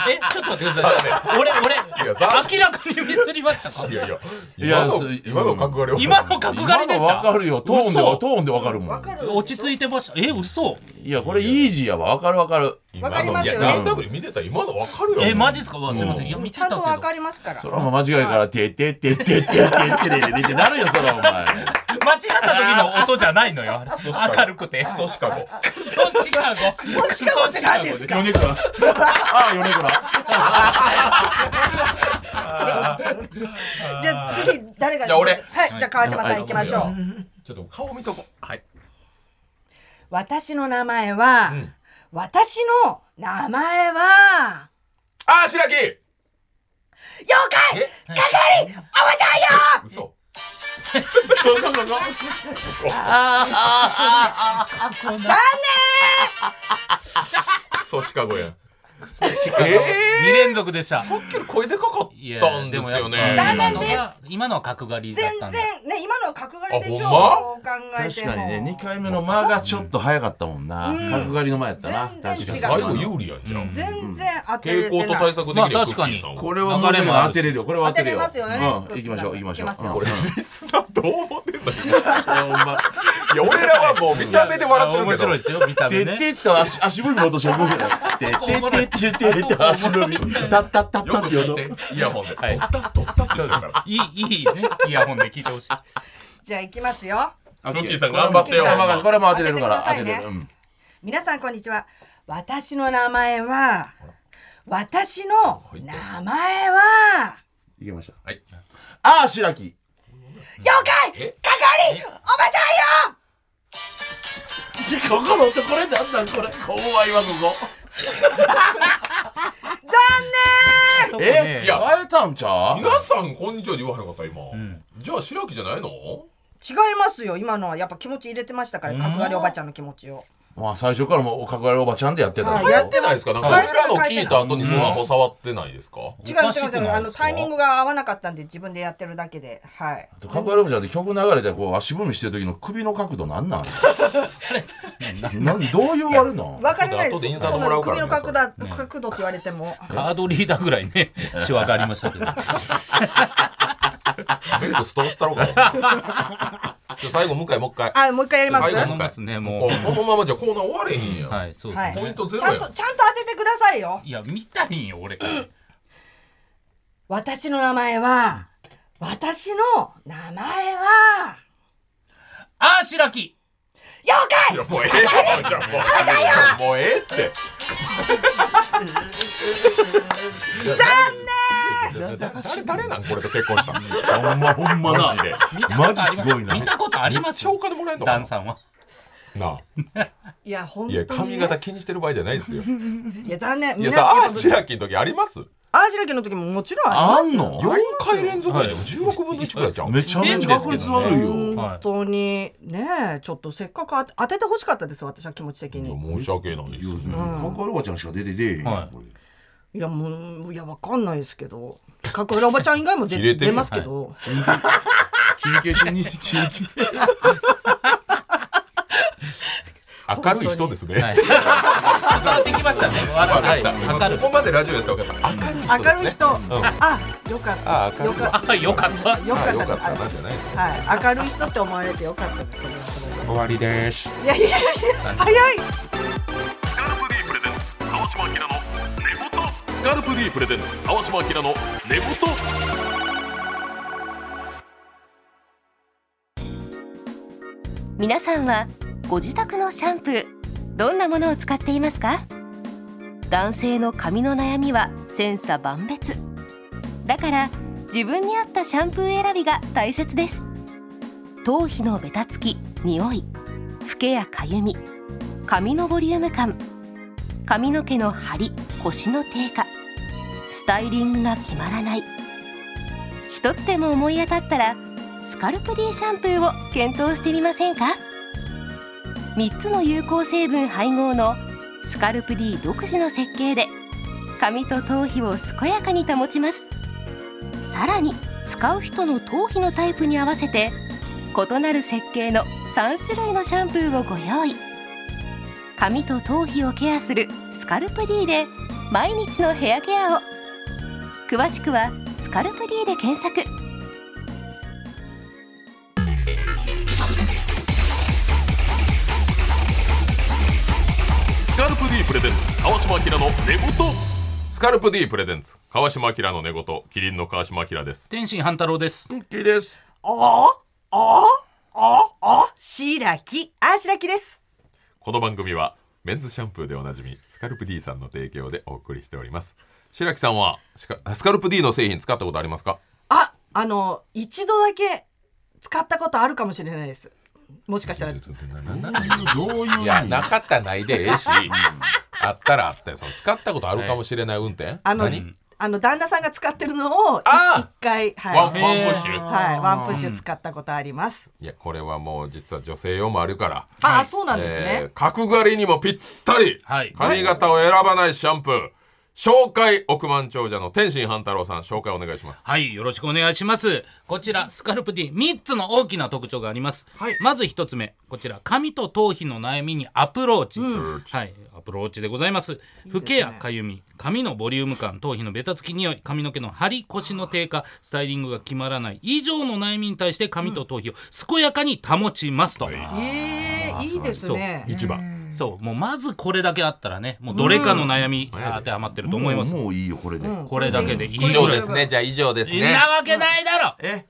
[SPEAKER 2] え、ちょっと待ってください。俺、
[SPEAKER 1] いや
[SPEAKER 2] 俺、
[SPEAKER 1] 残
[SPEAKER 2] 明らかにミスりましたか
[SPEAKER 1] いやいや
[SPEAKER 3] いや
[SPEAKER 1] 今の
[SPEAKER 3] そう
[SPEAKER 1] 今の角刈りおば
[SPEAKER 2] 今
[SPEAKER 1] さん
[SPEAKER 2] の角刈
[SPEAKER 3] 今
[SPEAKER 2] りで
[SPEAKER 3] の
[SPEAKER 2] し
[SPEAKER 3] わか
[SPEAKER 2] た。
[SPEAKER 3] るよ。トーンで
[SPEAKER 2] 嘘
[SPEAKER 3] トーンでわかるもん。
[SPEAKER 4] かる
[SPEAKER 2] 落ち着いてました。え、嘘。
[SPEAKER 3] いやこれイージーやわ。わかるわかる。
[SPEAKER 1] 今の
[SPEAKER 4] わかりますよ
[SPEAKER 1] い
[SPEAKER 4] ね
[SPEAKER 1] や W 見てたら今のわかるよ
[SPEAKER 2] え、マジっすかうわすいません。いや、
[SPEAKER 4] ん
[SPEAKER 2] 見て
[SPEAKER 4] ち
[SPEAKER 2] た
[SPEAKER 4] ゃ
[SPEAKER 2] け
[SPEAKER 4] んと
[SPEAKER 2] ど。
[SPEAKER 4] わかりますから
[SPEAKER 3] それは間違いからてててててててててなるよそれはお前。
[SPEAKER 2] 間違った時の音じゃないのよ。あれ明るくて。
[SPEAKER 1] クソシカゴ
[SPEAKER 2] クソシカゴ。ク
[SPEAKER 4] ソシカゴって何ですか
[SPEAKER 2] ソシカゴ
[SPEAKER 3] 米倉。ああ米倉。
[SPEAKER 4] じゃあ次誰が
[SPEAKER 1] じゃあ俺
[SPEAKER 4] はいじゃあ川島さん行きましょう
[SPEAKER 1] ちょっと顔見とこうはい
[SPEAKER 4] 私の名前は、
[SPEAKER 1] ん
[SPEAKER 4] 私の名前は
[SPEAKER 1] ああ白木
[SPEAKER 4] 妖怪かぐりおばちゃんよ
[SPEAKER 1] 嘘
[SPEAKER 4] 残
[SPEAKER 1] クソシカゴやん
[SPEAKER 2] 二連続でした。
[SPEAKER 1] さっきより声でかかったんですよね
[SPEAKER 4] 残念です
[SPEAKER 2] 今のは角刈りだったん
[SPEAKER 4] 念全
[SPEAKER 2] で。
[SPEAKER 4] 然ね今のは角刈りでしょ
[SPEAKER 1] あ
[SPEAKER 4] う、どう考え
[SPEAKER 3] 確
[SPEAKER 4] ても
[SPEAKER 3] かにね二回目の間がちょっと早かったもんな。角刈りの前やったな。
[SPEAKER 4] 全
[SPEAKER 3] 確
[SPEAKER 4] 然
[SPEAKER 3] かに。
[SPEAKER 4] 違う
[SPEAKER 1] 最後有利やんじゃん
[SPEAKER 4] 全然当てれ
[SPEAKER 1] 傾
[SPEAKER 4] て
[SPEAKER 1] 向
[SPEAKER 4] ない
[SPEAKER 1] と対策できる
[SPEAKER 2] まあ確か
[SPEAKER 1] クッ
[SPEAKER 2] に
[SPEAKER 1] キーさん
[SPEAKER 3] これはもう当てれるよ。これは当てるよ。
[SPEAKER 4] 当てれますよね
[SPEAKER 3] うん行きましょう行きましょう。
[SPEAKER 4] 行きますよ
[SPEAKER 3] うんうん
[SPEAKER 1] リスナーどう思ってんだよ
[SPEAKER 3] ほんま
[SPEAKER 1] いや俺らはもう見た目で笑ってる
[SPEAKER 2] 面
[SPEAKER 1] けど
[SPEAKER 2] 白いですよ、見た目
[SPEAKER 3] て
[SPEAKER 2] ね。
[SPEAKER 3] てって足足踏み落として動くな。てててててて足踏み。たったったった
[SPEAKER 1] よ
[SPEAKER 3] っ
[SPEAKER 1] く
[SPEAKER 3] て音。
[SPEAKER 1] 聞いてイヤホンで取った取ったって言うんだから
[SPEAKER 2] いい、いいね。イヤホンで聞いてほしい。
[SPEAKER 4] じゃあ行きますよ
[SPEAKER 3] オッケ
[SPEAKER 1] ロッキーさん頑張ってよ
[SPEAKER 3] これもこれも当てれるから
[SPEAKER 4] 当
[SPEAKER 3] 当
[SPEAKER 4] て
[SPEAKER 3] て
[SPEAKER 4] てくださ
[SPEAKER 3] れる。
[SPEAKER 4] いね
[SPEAKER 3] うん
[SPEAKER 4] 皆さんこんにちは私の名前は私の名前はい
[SPEAKER 3] けました。
[SPEAKER 1] はい
[SPEAKER 3] ああ白木。
[SPEAKER 4] 妖怪
[SPEAKER 1] え
[SPEAKER 4] かぐりおばちゃんよ
[SPEAKER 3] ここの音これなんなんこれ。怖いわここ。
[SPEAKER 4] 残念
[SPEAKER 2] そこ
[SPEAKER 3] え
[SPEAKER 2] ね
[SPEAKER 1] いや
[SPEAKER 3] 変えたんちゃう
[SPEAKER 1] 皆さんこんにちはで言わへんかった今、
[SPEAKER 2] ん
[SPEAKER 1] じゃあ白木じゃないの
[SPEAKER 4] 違いますよ今のはやっぱ気持ち入れてましたから角刈りおばちゃんの気持ちを
[SPEAKER 3] まあ最初からもうおかくわりおばちゃんでやってた
[SPEAKER 4] は
[SPEAKER 3] ん
[SPEAKER 4] い
[SPEAKER 3] で
[SPEAKER 1] やってないですかなんか
[SPEAKER 4] 変え
[SPEAKER 1] 僕
[SPEAKER 4] て
[SPEAKER 1] ら
[SPEAKER 4] ない
[SPEAKER 1] の聞いた後にスマホ触ってないですか、
[SPEAKER 4] 違う
[SPEAKER 2] お
[SPEAKER 4] 違
[SPEAKER 2] かし
[SPEAKER 4] う
[SPEAKER 2] く
[SPEAKER 4] 違う
[SPEAKER 2] ない
[SPEAKER 4] あ
[SPEAKER 2] で
[SPEAKER 4] の
[SPEAKER 2] すか
[SPEAKER 4] タイミングが合わなかったんで自分でやってるだけではい
[SPEAKER 3] すよかくわりおばちゃんって曲流れてこう足踏みしてる時の首の角度なんなんなんどういうあれなん
[SPEAKER 4] わかりないで
[SPEAKER 1] 後でイン
[SPEAKER 4] す
[SPEAKER 1] サート
[SPEAKER 4] そ
[SPEAKER 1] もらう
[SPEAKER 4] の
[SPEAKER 1] から
[SPEAKER 4] 首
[SPEAKER 1] ね
[SPEAKER 4] の角度角度って言われても
[SPEAKER 2] カードリーダーぐらいね、しわがありましたけど。
[SPEAKER 1] メイクストーンしたろうかなじゃあ最後向井もう一回
[SPEAKER 4] あもう一回やります
[SPEAKER 1] 最後
[SPEAKER 2] 頼
[SPEAKER 1] もう一
[SPEAKER 2] みま
[SPEAKER 1] 回
[SPEAKER 2] すね、も
[SPEAKER 1] こうこのままじゃコーナー終われへんや
[SPEAKER 2] う。
[SPEAKER 1] ん、
[SPEAKER 2] はい、そう
[SPEAKER 4] は
[SPEAKER 2] で
[SPEAKER 4] い
[SPEAKER 2] す
[SPEAKER 1] ポイ
[SPEAKER 2] ね
[SPEAKER 1] ン。トゼ
[SPEAKER 4] ち
[SPEAKER 1] ロや
[SPEAKER 4] ゃん
[SPEAKER 1] ん
[SPEAKER 4] とちゃんと当ててくださいよ
[SPEAKER 2] いや、見たいんよ、俺。
[SPEAKER 4] 私の名前は私の名前は
[SPEAKER 2] あー、白木。
[SPEAKER 4] 妖怪
[SPEAKER 1] いやもうええよじゃあもうもうええって
[SPEAKER 4] 残
[SPEAKER 1] 誰誰なんこれと結婚したの
[SPEAKER 3] ほんまほんま
[SPEAKER 1] マ
[SPEAKER 3] な
[SPEAKER 1] ジで
[SPEAKER 2] 見たことありま
[SPEAKER 3] マジすごいな
[SPEAKER 2] 見たことあります
[SPEAKER 1] 紹介でもらえんの
[SPEAKER 2] ダ
[SPEAKER 1] か
[SPEAKER 2] ンさんは。
[SPEAKER 1] ななあ
[SPEAKER 4] 念いや本
[SPEAKER 1] い
[SPEAKER 4] 当
[SPEAKER 1] や
[SPEAKER 4] に
[SPEAKER 1] 髪型気にしてる場合じゃないですよ
[SPEAKER 4] いや残念
[SPEAKER 1] い
[SPEAKER 4] 皆
[SPEAKER 1] や
[SPEAKER 4] さん
[SPEAKER 1] さ
[SPEAKER 4] ア
[SPEAKER 1] あー白木の時あります
[SPEAKER 4] ーシラキの時ももちろんあ
[SPEAKER 3] あんの
[SPEAKER 1] 4回連続やでも16分の1ぐらいじゃん
[SPEAKER 3] めちゃめちゃ確率悪い
[SPEAKER 4] り
[SPEAKER 3] よ
[SPEAKER 4] ます本当にねえちょっとせっかく当て当ててほしかったです私は気持ち的
[SPEAKER 1] いや
[SPEAKER 4] に
[SPEAKER 1] 申し訳ないですよね
[SPEAKER 3] かくわりおばちゃんしか出てねえ
[SPEAKER 2] は
[SPEAKER 3] よ
[SPEAKER 2] い
[SPEAKER 3] これ
[SPEAKER 4] いやもういやわかんないですけどかっこいいおばちゃん以外も
[SPEAKER 1] 切れて
[SPEAKER 4] 出
[SPEAKER 1] る
[SPEAKER 4] 出ますけど
[SPEAKER 3] 金消しに地域
[SPEAKER 1] 明るい人ですね、
[SPEAKER 2] はい。伝わってきましたね。
[SPEAKER 1] は
[SPEAKER 2] 笑
[SPEAKER 1] い、
[SPEAKER 2] い。はい。明るい
[SPEAKER 1] ここ。までラジオやったら分かった明るい人
[SPEAKER 4] 明
[SPEAKER 1] ですね
[SPEAKER 4] るい人あよかっ
[SPEAKER 1] あ明
[SPEAKER 4] た
[SPEAKER 1] る
[SPEAKER 4] よ
[SPEAKER 1] い
[SPEAKER 4] かっ
[SPEAKER 2] あー、よかった。
[SPEAKER 4] たよ
[SPEAKER 1] あ
[SPEAKER 4] か
[SPEAKER 1] よか
[SPEAKER 4] った
[SPEAKER 1] ったなじゃない
[SPEAKER 4] はい明るい人って思われてよかったですねそれはい
[SPEAKER 1] 終わりです
[SPEAKER 4] いやいやいや早い
[SPEAKER 1] スカルプ D プレゼンツ川島明の寝言スカルプ D プレゼンツ川島明の寝言
[SPEAKER 5] 皆さんはご自宅のシャンプーどんなものを使っていますか男性の髪の悩みは千差万別だから自分に合ったシャンプー選びが大切です頭皮のベタつき、匂い、フけやかゆみ、髪のボリューム感髪の毛の張り、腰の低下スタイリングが決まらない一つでも思い当たったらスカルプ D シャンプーを検討してみませんか3つの有効成分配合のスカルプ D 独自の設計で髪と頭皮を健やかに保ちますさらに使う人の頭皮のタイプに合わせて異なる設計の3種類のシャンプーをご用意髪と頭皮をケアするスカルプ D で毎日のヘアケアを詳しくは「スカルプ D」で検索
[SPEAKER 1] スカルプ D プレゼンツ川島明の寝言スカルプ D プレゼンツ川島明の寝言キリンの川島明です
[SPEAKER 2] 天心半太郎です。
[SPEAKER 3] いいです
[SPEAKER 4] おおおおしらきあしらきです
[SPEAKER 1] この番組はメンズシャンプーでおなじみスカルプ D さんの提供でお送りしております白木さんはしかスカルプ D の製品使ったことありますか
[SPEAKER 4] ああの一度だけ使ったことあるかもしれないですもしかしたら
[SPEAKER 3] どういう
[SPEAKER 1] いやなかったらないでええしあったらあったよその使ったことあるかもしれない運転
[SPEAKER 4] あの
[SPEAKER 1] 何
[SPEAKER 4] あの旦那さんが使ってるのをい
[SPEAKER 1] あー
[SPEAKER 4] 一回はい
[SPEAKER 1] ワンワンプッシュ
[SPEAKER 4] はいワンプッシュ使ったことあります
[SPEAKER 1] いやこれはもう実は女性用もあるから
[SPEAKER 4] ああそうなんです
[SPEAKER 1] え
[SPEAKER 4] ね
[SPEAKER 1] ー角刈りにもぴったり、
[SPEAKER 2] はい
[SPEAKER 1] 髪型を選ばないシャンプー紹介億万長者の天心半太郎さん紹介お願いします
[SPEAKER 2] はい、よろしくお願いします。こちら、スカルプ D3 つの大きな特徴があります。
[SPEAKER 4] はい
[SPEAKER 2] まず1つ目、こちら、髪と頭皮の悩みにアプローチ。はい、アプローチでございます。ふけやかゆみ、髪のボリューム感、頭皮のベタつき匂い、髪の毛の張り、腰の低下、スタイリングが決まらない、以上の悩みに対して髪と頭皮を健やかに保ちますと。
[SPEAKER 4] えーいいですね
[SPEAKER 1] 一番
[SPEAKER 2] そう、もうまずこれだけあったらね、もうどれかの悩み当てはまってると思います。
[SPEAKER 3] もうもういいよこれで、
[SPEAKER 2] これだけでいい
[SPEAKER 1] 以
[SPEAKER 2] ぐ
[SPEAKER 1] 上
[SPEAKER 2] らい
[SPEAKER 1] で。すねじゃあ以上ですね
[SPEAKER 2] なわけないだろ
[SPEAKER 3] え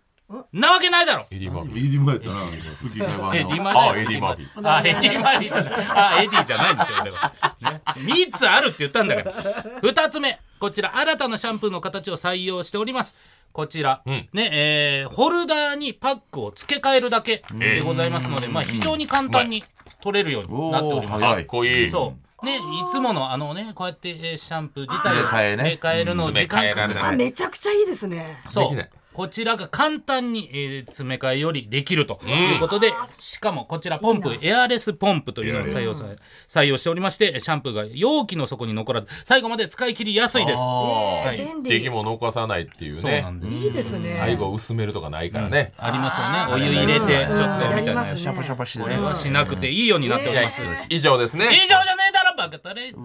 [SPEAKER 2] なわけないだろ
[SPEAKER 1] エディマーフィー
[SPEAKER 3] 入り前だな吹き替え版の
[SPEAKER 2] えエディマ
[SPEAKER 1] あ
[SPEAKER 2] ー
[SPEAKER 1] あエディマーフィー
[SPEAKER 2] あ、エディマーフィーじゃない。あ、エディじゃないんですよ。だからね、3つあるって言ったんだから。2つ目、こちら、新たなシャンプーの形を採用しております。こちら、
[SPEAKER 1] ん
[SPEAKER 2] ね、えーホルダーにパックを付け替えるだけでございますので、まあ、非常に簡単に取れるようになっております。
[SPEAKER 3] おー早い
[SPEAKER 1] かっこいい
[SPEAKER 2] そう。ね、いつものあのねこうやってえーシャンプー自体を
[SPEAKER 3] 入れ替えね
[SPEAKER 2] 入れ替えるのを時間か
[SPEAKER 1] うん詰め替えられ
[SPEAKER 2] け
[SPEAKER 1] ない
[SPEAKER 2] て
[SPEAKER 4] あめちゃくちゃいいですね
[SPEAKER 1] で
[SPEAKER 2] そ
[SPEAKER 1] きないう
[SPEAKER 2] こちらが簡単に、えー詰め替えよりできるということで、しかもこちらポンプエアレスポンプというのを採用さ採用しておりましてシャンプーが容器の底に残らず最後まで使い切りやすいです。
[SPEAKER 4] え
[SPEAKER 2] は
[SPEAKER 4] ー
[SPEAKER 2] い
[SPEAKER 4] 便
[SPEAKER 1] 出来
[SPEAKER 4] 利
[SPEAKER 1] も残さないっていう
[SPEAKER 2] そう
[SPEAKER 1] ね
[SPEAKER 2] なんです
[SPEAKER 4] いいですね
[SPEAKER 1] 最後薄めるとかないからね、
[SPEAKER 2] ありますよねお湯入れてちょっと
[SPEAKER 4] や
[SPEAKER 2] みた
[SPEAKER 4] り
[SPEAKER 2] い
[SPEAKER 4] ま
[SPEAKER 2] な
[SPEAKER 4] すね
[SPEAKER 3] シャパシャパし
[SPEAKER 2] こ
[SPEAKER 3] て
[SPEAKER 2] れはしなくていいようになっております。
[SPEAKER 4] ね
[SPEAKER 1] 以上ですね
[SPEAKER 2] 以上じゃねえだろバカタレ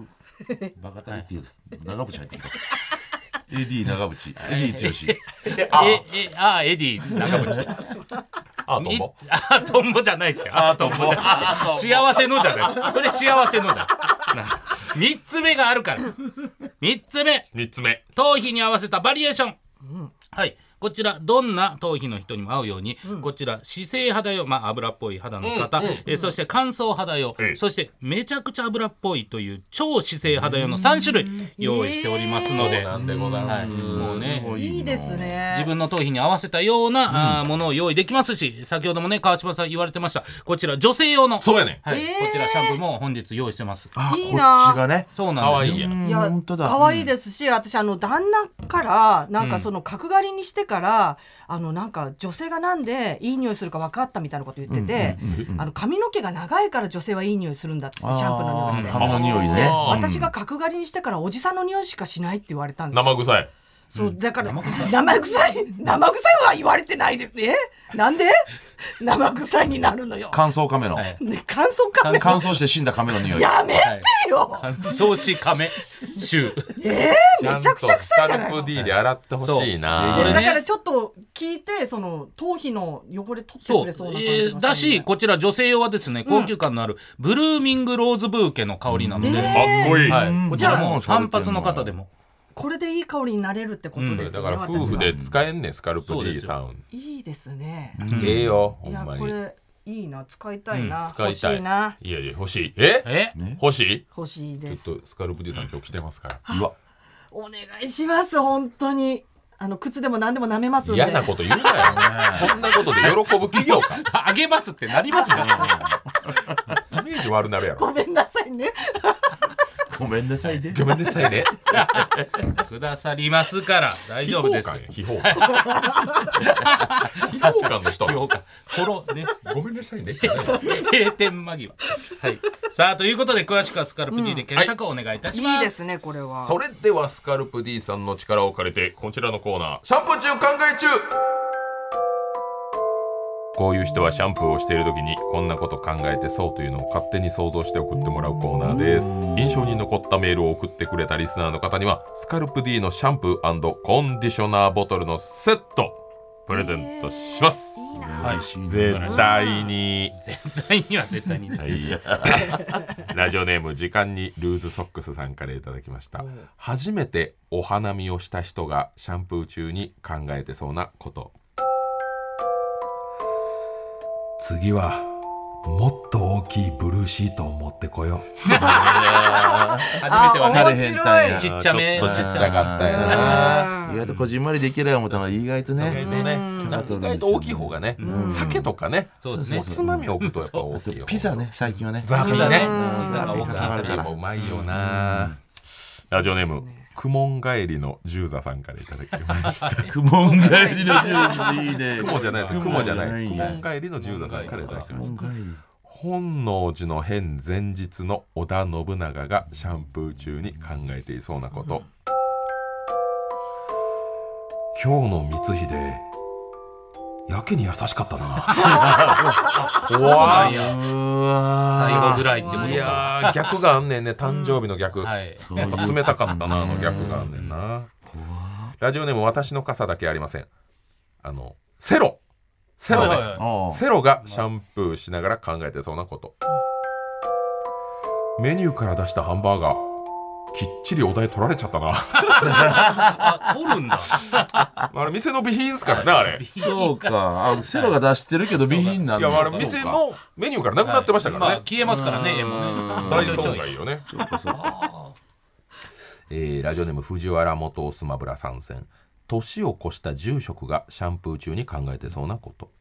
[SPEAKER 3] バカタレっていう長渕入ってる AD 長渕 AD
[SPEAKER 1] えあ
[SPEAKER 2] ええあエディ中渕
[SPEAKER 1] あどうも
[SPEAKER 2] えあトンボじゃないですよ。あトンボ。幸せのじゃないです。それ幸せのだ。な三つ目があるから。三つ目。
[SPEAKER 1] 3つ目
[SPEAKER 2] 頭皮に合わせたバリエーション、はいこちらどんな頭皮の人にも合うように、こちら姿勢肌用、まあ、油っぽい肌の方、えーそして乾燥肌用、
[SPEAKER 1] ええ
[SPEAKER 2] そしてめちゃくちゃ油っぽいという超姿勢肌用の3種類用意しておりますので、
[SPEAKER 1] なんでございます、
[SPEAKER 2] もうね
[SPEAKER 3] 長渕
[SPEAKER 4] いいですね
[SPEAKER 2] 自分の頭皮に合わせたような、あーものを用意できますし先ほどもね川島さん言われてましたこちら女性用の、
[SPEAKER 1] そうやねん
[SPEAKER 2] はい
[SPEAKER 4] えー
[SPEAKER 2] こちらシャンプーも本日用意してます
[SPEAKER 3] あ
[SPEAKER 4] いい
[SPEAKER 3] こっ
[SPEAKER 4] な
[SPEAKER 3] ちがね
[SPEAKER 2] そう
[SPEAKER 1] か
[SPEAKER 2] なん
[SPEAKER 1] わ
[SPEAKER 2] です
[SPEAKER 1] い
[SPEAKER 2] よ
[SPEAKER 1] いやん
[SPEAKER 4] いや
[SPEAKER 3] 本当だ
[SPEAKER 4] 可愛いですし、私あの旦那からなんかその角刈りにしてから、あのなんか女性がなんでいい匂いするか分かったみたいなこと言ってて、あの髪の毛が長いから女性はいい匂いするんだっつってシャンプーの匂いして。
[SPEAKER 3] 髪の匂いね
[SPEAKER 1] あー
[SPEAKER 4] 私が角刈りにしてからおじさんの匂いしかしないって言われたんですよ。
[SPEAKER 1] 生臭い
[SPEAKER 4] そうだから生臭い生臭いは言われてないですね。なんで生臭いになるのよ。
[SPEAKER 3] 乾燥カメの
[SPEAKER 2] はい
[SPEAKER 4] ね乾燥か
[SPEAKER 3] 乾燥して死んだカメの匂い
[SPEAKER 4] やめてよ。
[SPEAKER 2] 乾燥し亀 臭
[SPEAKER 4] ええめちゃくち
[SPEAKER 1] ち
[SPEAKER 4] ゃ臭いじゃない
[SPEAKER 1] んとスカルプ D で洗ってほしいな
[SPEAKER 2] そうこれね
[SPEAKER 4] だからちょっと聞いてその頭皮の汚れ取って
[SPEAKER 2] そ
[SPEAKER 4] く
[SPEAKER 2] う、え
[SPEAKER 4] れそうな感じがするね
[SPEAKER 2] ーだしこちら女性用はですね高級感のあるブルーミングローズブーケの香りなの
[SPEAKER 1] か
[SPEAKER 2] で、
[SPEAKER 1] っこいい、
[SPEAKER 2] はい、こちら
[SPEAKER 3] じゃ
[SPEAKER 2] も
[SPEAKER 3] あ
[SPEAKER 2] 単発の方でも
[SPEAKER 4] これでいい香りになれるってことです
[SPEAKER 1] だ
[SPEAKER 4] よ
[SPEAKER 1] か
[SPEAKER 4] ね、
[SPEAKER 1] ら夫婦で使えんねんスカルプ
[SPEAKER 2] そうで
[SPEAKER 1] D
[SPEAKER 2] すよ
[SPEAKER 1] さん
[SPEAKER 4] 私はいいですね、
[SPEAKER 1] ええよほ
[SPEAKER 4] い
[SPEAKER 1] ん
[SPEAKER 4] や
[SPEAKER 1] ま
[SPEAKER 4] こ
[SPEAKER 1] に
[SPEAKER 4] れいいな使いたいな、
[SPEAKER 1] 使いた
[SPEAKER 4] 欲しいない
[SPEAKER 1] やいや欲しいえ
[SPEAKER 2] え
[SPEAKER 1] 欲しい
[SPEAKER 4] 欲しいで
[SPEAKER 1] ち
[SPEAKER 4] す
[SPEAKER 1] ょっとスカルプ D さん今日来てますから
[SPEAKER 3] うわ
[SPEAKER 4] お願いします本当にあの靴でも何でも舐めますんで
[SPEAKER 1] 嫌なこと言うなよそんなことで喜ぶ企業か
[SPEAKER 2] ああげますってなりますか
[SPEAKER 1] イメージ悪なるやろ
[SPEAKER 4] ごめんなさいね
[SPEAKER 3] ごめんなさいね
[SPEAKER 1] ごめんなさいね
[SPEAKER 2] くださりますから大丈夫です
[SPEAKER 1] 非評価や非評価非評価の人
[SPEAKER 2] 評価フォローね
[SPEAKER 1] ごめんなさいね
[SPEAKER 2] 閉店間際はいさあということで詳しくはスカルプ D で検索をお願いいたします、
[SPEAKER 4] いいですねこれは
[SPEAKER 1] それではスカルプ D さんの力を借りてこちらのコーナーシャンプー中考え中こういう人はシャンプーをしている時にこんなこと考えてそうというのを勝手に想像して送ってもらうコーナーです印象に残ったメールを送ってくれたリスナーの方にはスカルプ D のシャンプーコンディショナーボトルのセットプレゼントします、
[SPEAKER 2] はい、
[SPEAKER 1] 絶対に
[SPEAKER 2] 絶対には絶対にね
[SPEAKER 1] はい、ラジオネーム時間にルーズソックスさんからいただきました初めてお花見をした人がシャンプー中に考えてそうなこと次はもっと大きいブルーシートを持ってこよう
[SPEAKER 2] 初めてわか
[SPEAKER 4] あ
[SPEAKER 2] る
[SPEAKER 4] 面白い
[SPEAKER 3] や
[SPEAKER 2] ちっちゃめ
[SPEAKER 1] ちょっとちっちゃかったよな
[SPEAKER 3] 意外とこじんまりできるや思ったのに意外と
[SPEAKER 1] 意
[SPEAKER 3] ね
[SPEAKER 1] 外とね意外と大きい方がね酒とかね
[SPEAKER 2] そうですね
[SPEAKER 1] おつまみを置くとやっぱ大きいよ
[SPEAKER 3] ピザね最近はね
[SPEAKER 1] ザピ
[SPEAKER 2] ピザ
[SPEAKER 1] ね
[SPEAKER 2] ねピザが多くな
[SPEAKER 1] ザ
[SPEAKER 2] る
[SPEAKER 1] ピ
[SPEAKER 2] から
[SPEAKER 1] もうまいよなラジオネーム苦門帰りの十座さんからいただきました
[SPEAKER 3] 雲帰りのジュースいいね
[SPEAKER 1] 雲じゃないですよ雲じゃない
[SPEAKER 3] 雲
[SPEAKER 1] 雲
[SPEAKER 3] じゃない
[SPEAKER 1] 帰りの十座さんからいただきました
[SPEAKER 3] 雲帰り
[SPEAKER 1] 本能寺の変前日の織田信長がシャンプー中に考えていそうなこと、今日の光秀やけに優しかったな 怖っ
[SPEAKER 2] いや
[SPEAKER 3] うわ
[SPEAKER 2] 最後ぐらいってこと
[SPEAKER 1] い
[SPEAKER 2] か
[SPEAKER 1] やー逆があんねんね誕生日の逆、
[SPEAKER 2] はい
[SPEAKER 1] やっぱ冷たかったなあの逆があんねんなラジオネーム私の傘だけありませんあのセロセロね、
[SPEAKER 2] はいはいはい
[SPEAKER 3] ー
[SPEAKER 1] セロがシャンプーしながら考えてそうなことメニューから出したハンバーガーきっちりお題取られちゃったな
[SPEAKER 2] あ取るんだ
[SPEAKER 1] あれ店の備品ですからねあれい
[SPEAKER 3] そうかあセロが出してるけど備品なんだ
[SPEAKER 1] やあれ店のメニューからなくなってましたから
[SPEAKER 2] まあ
[SPEAKER 1] ね
[SPEAKER 2] 消えますからね絵もね
[SPEAKER 1] 大損害よね
[SPEAKER 3] そうかそうか
[SPEAKER 1] えーラジオネーム藤原元スマブラ参戦年を越した住職がシャンプー中に考えてそうなこと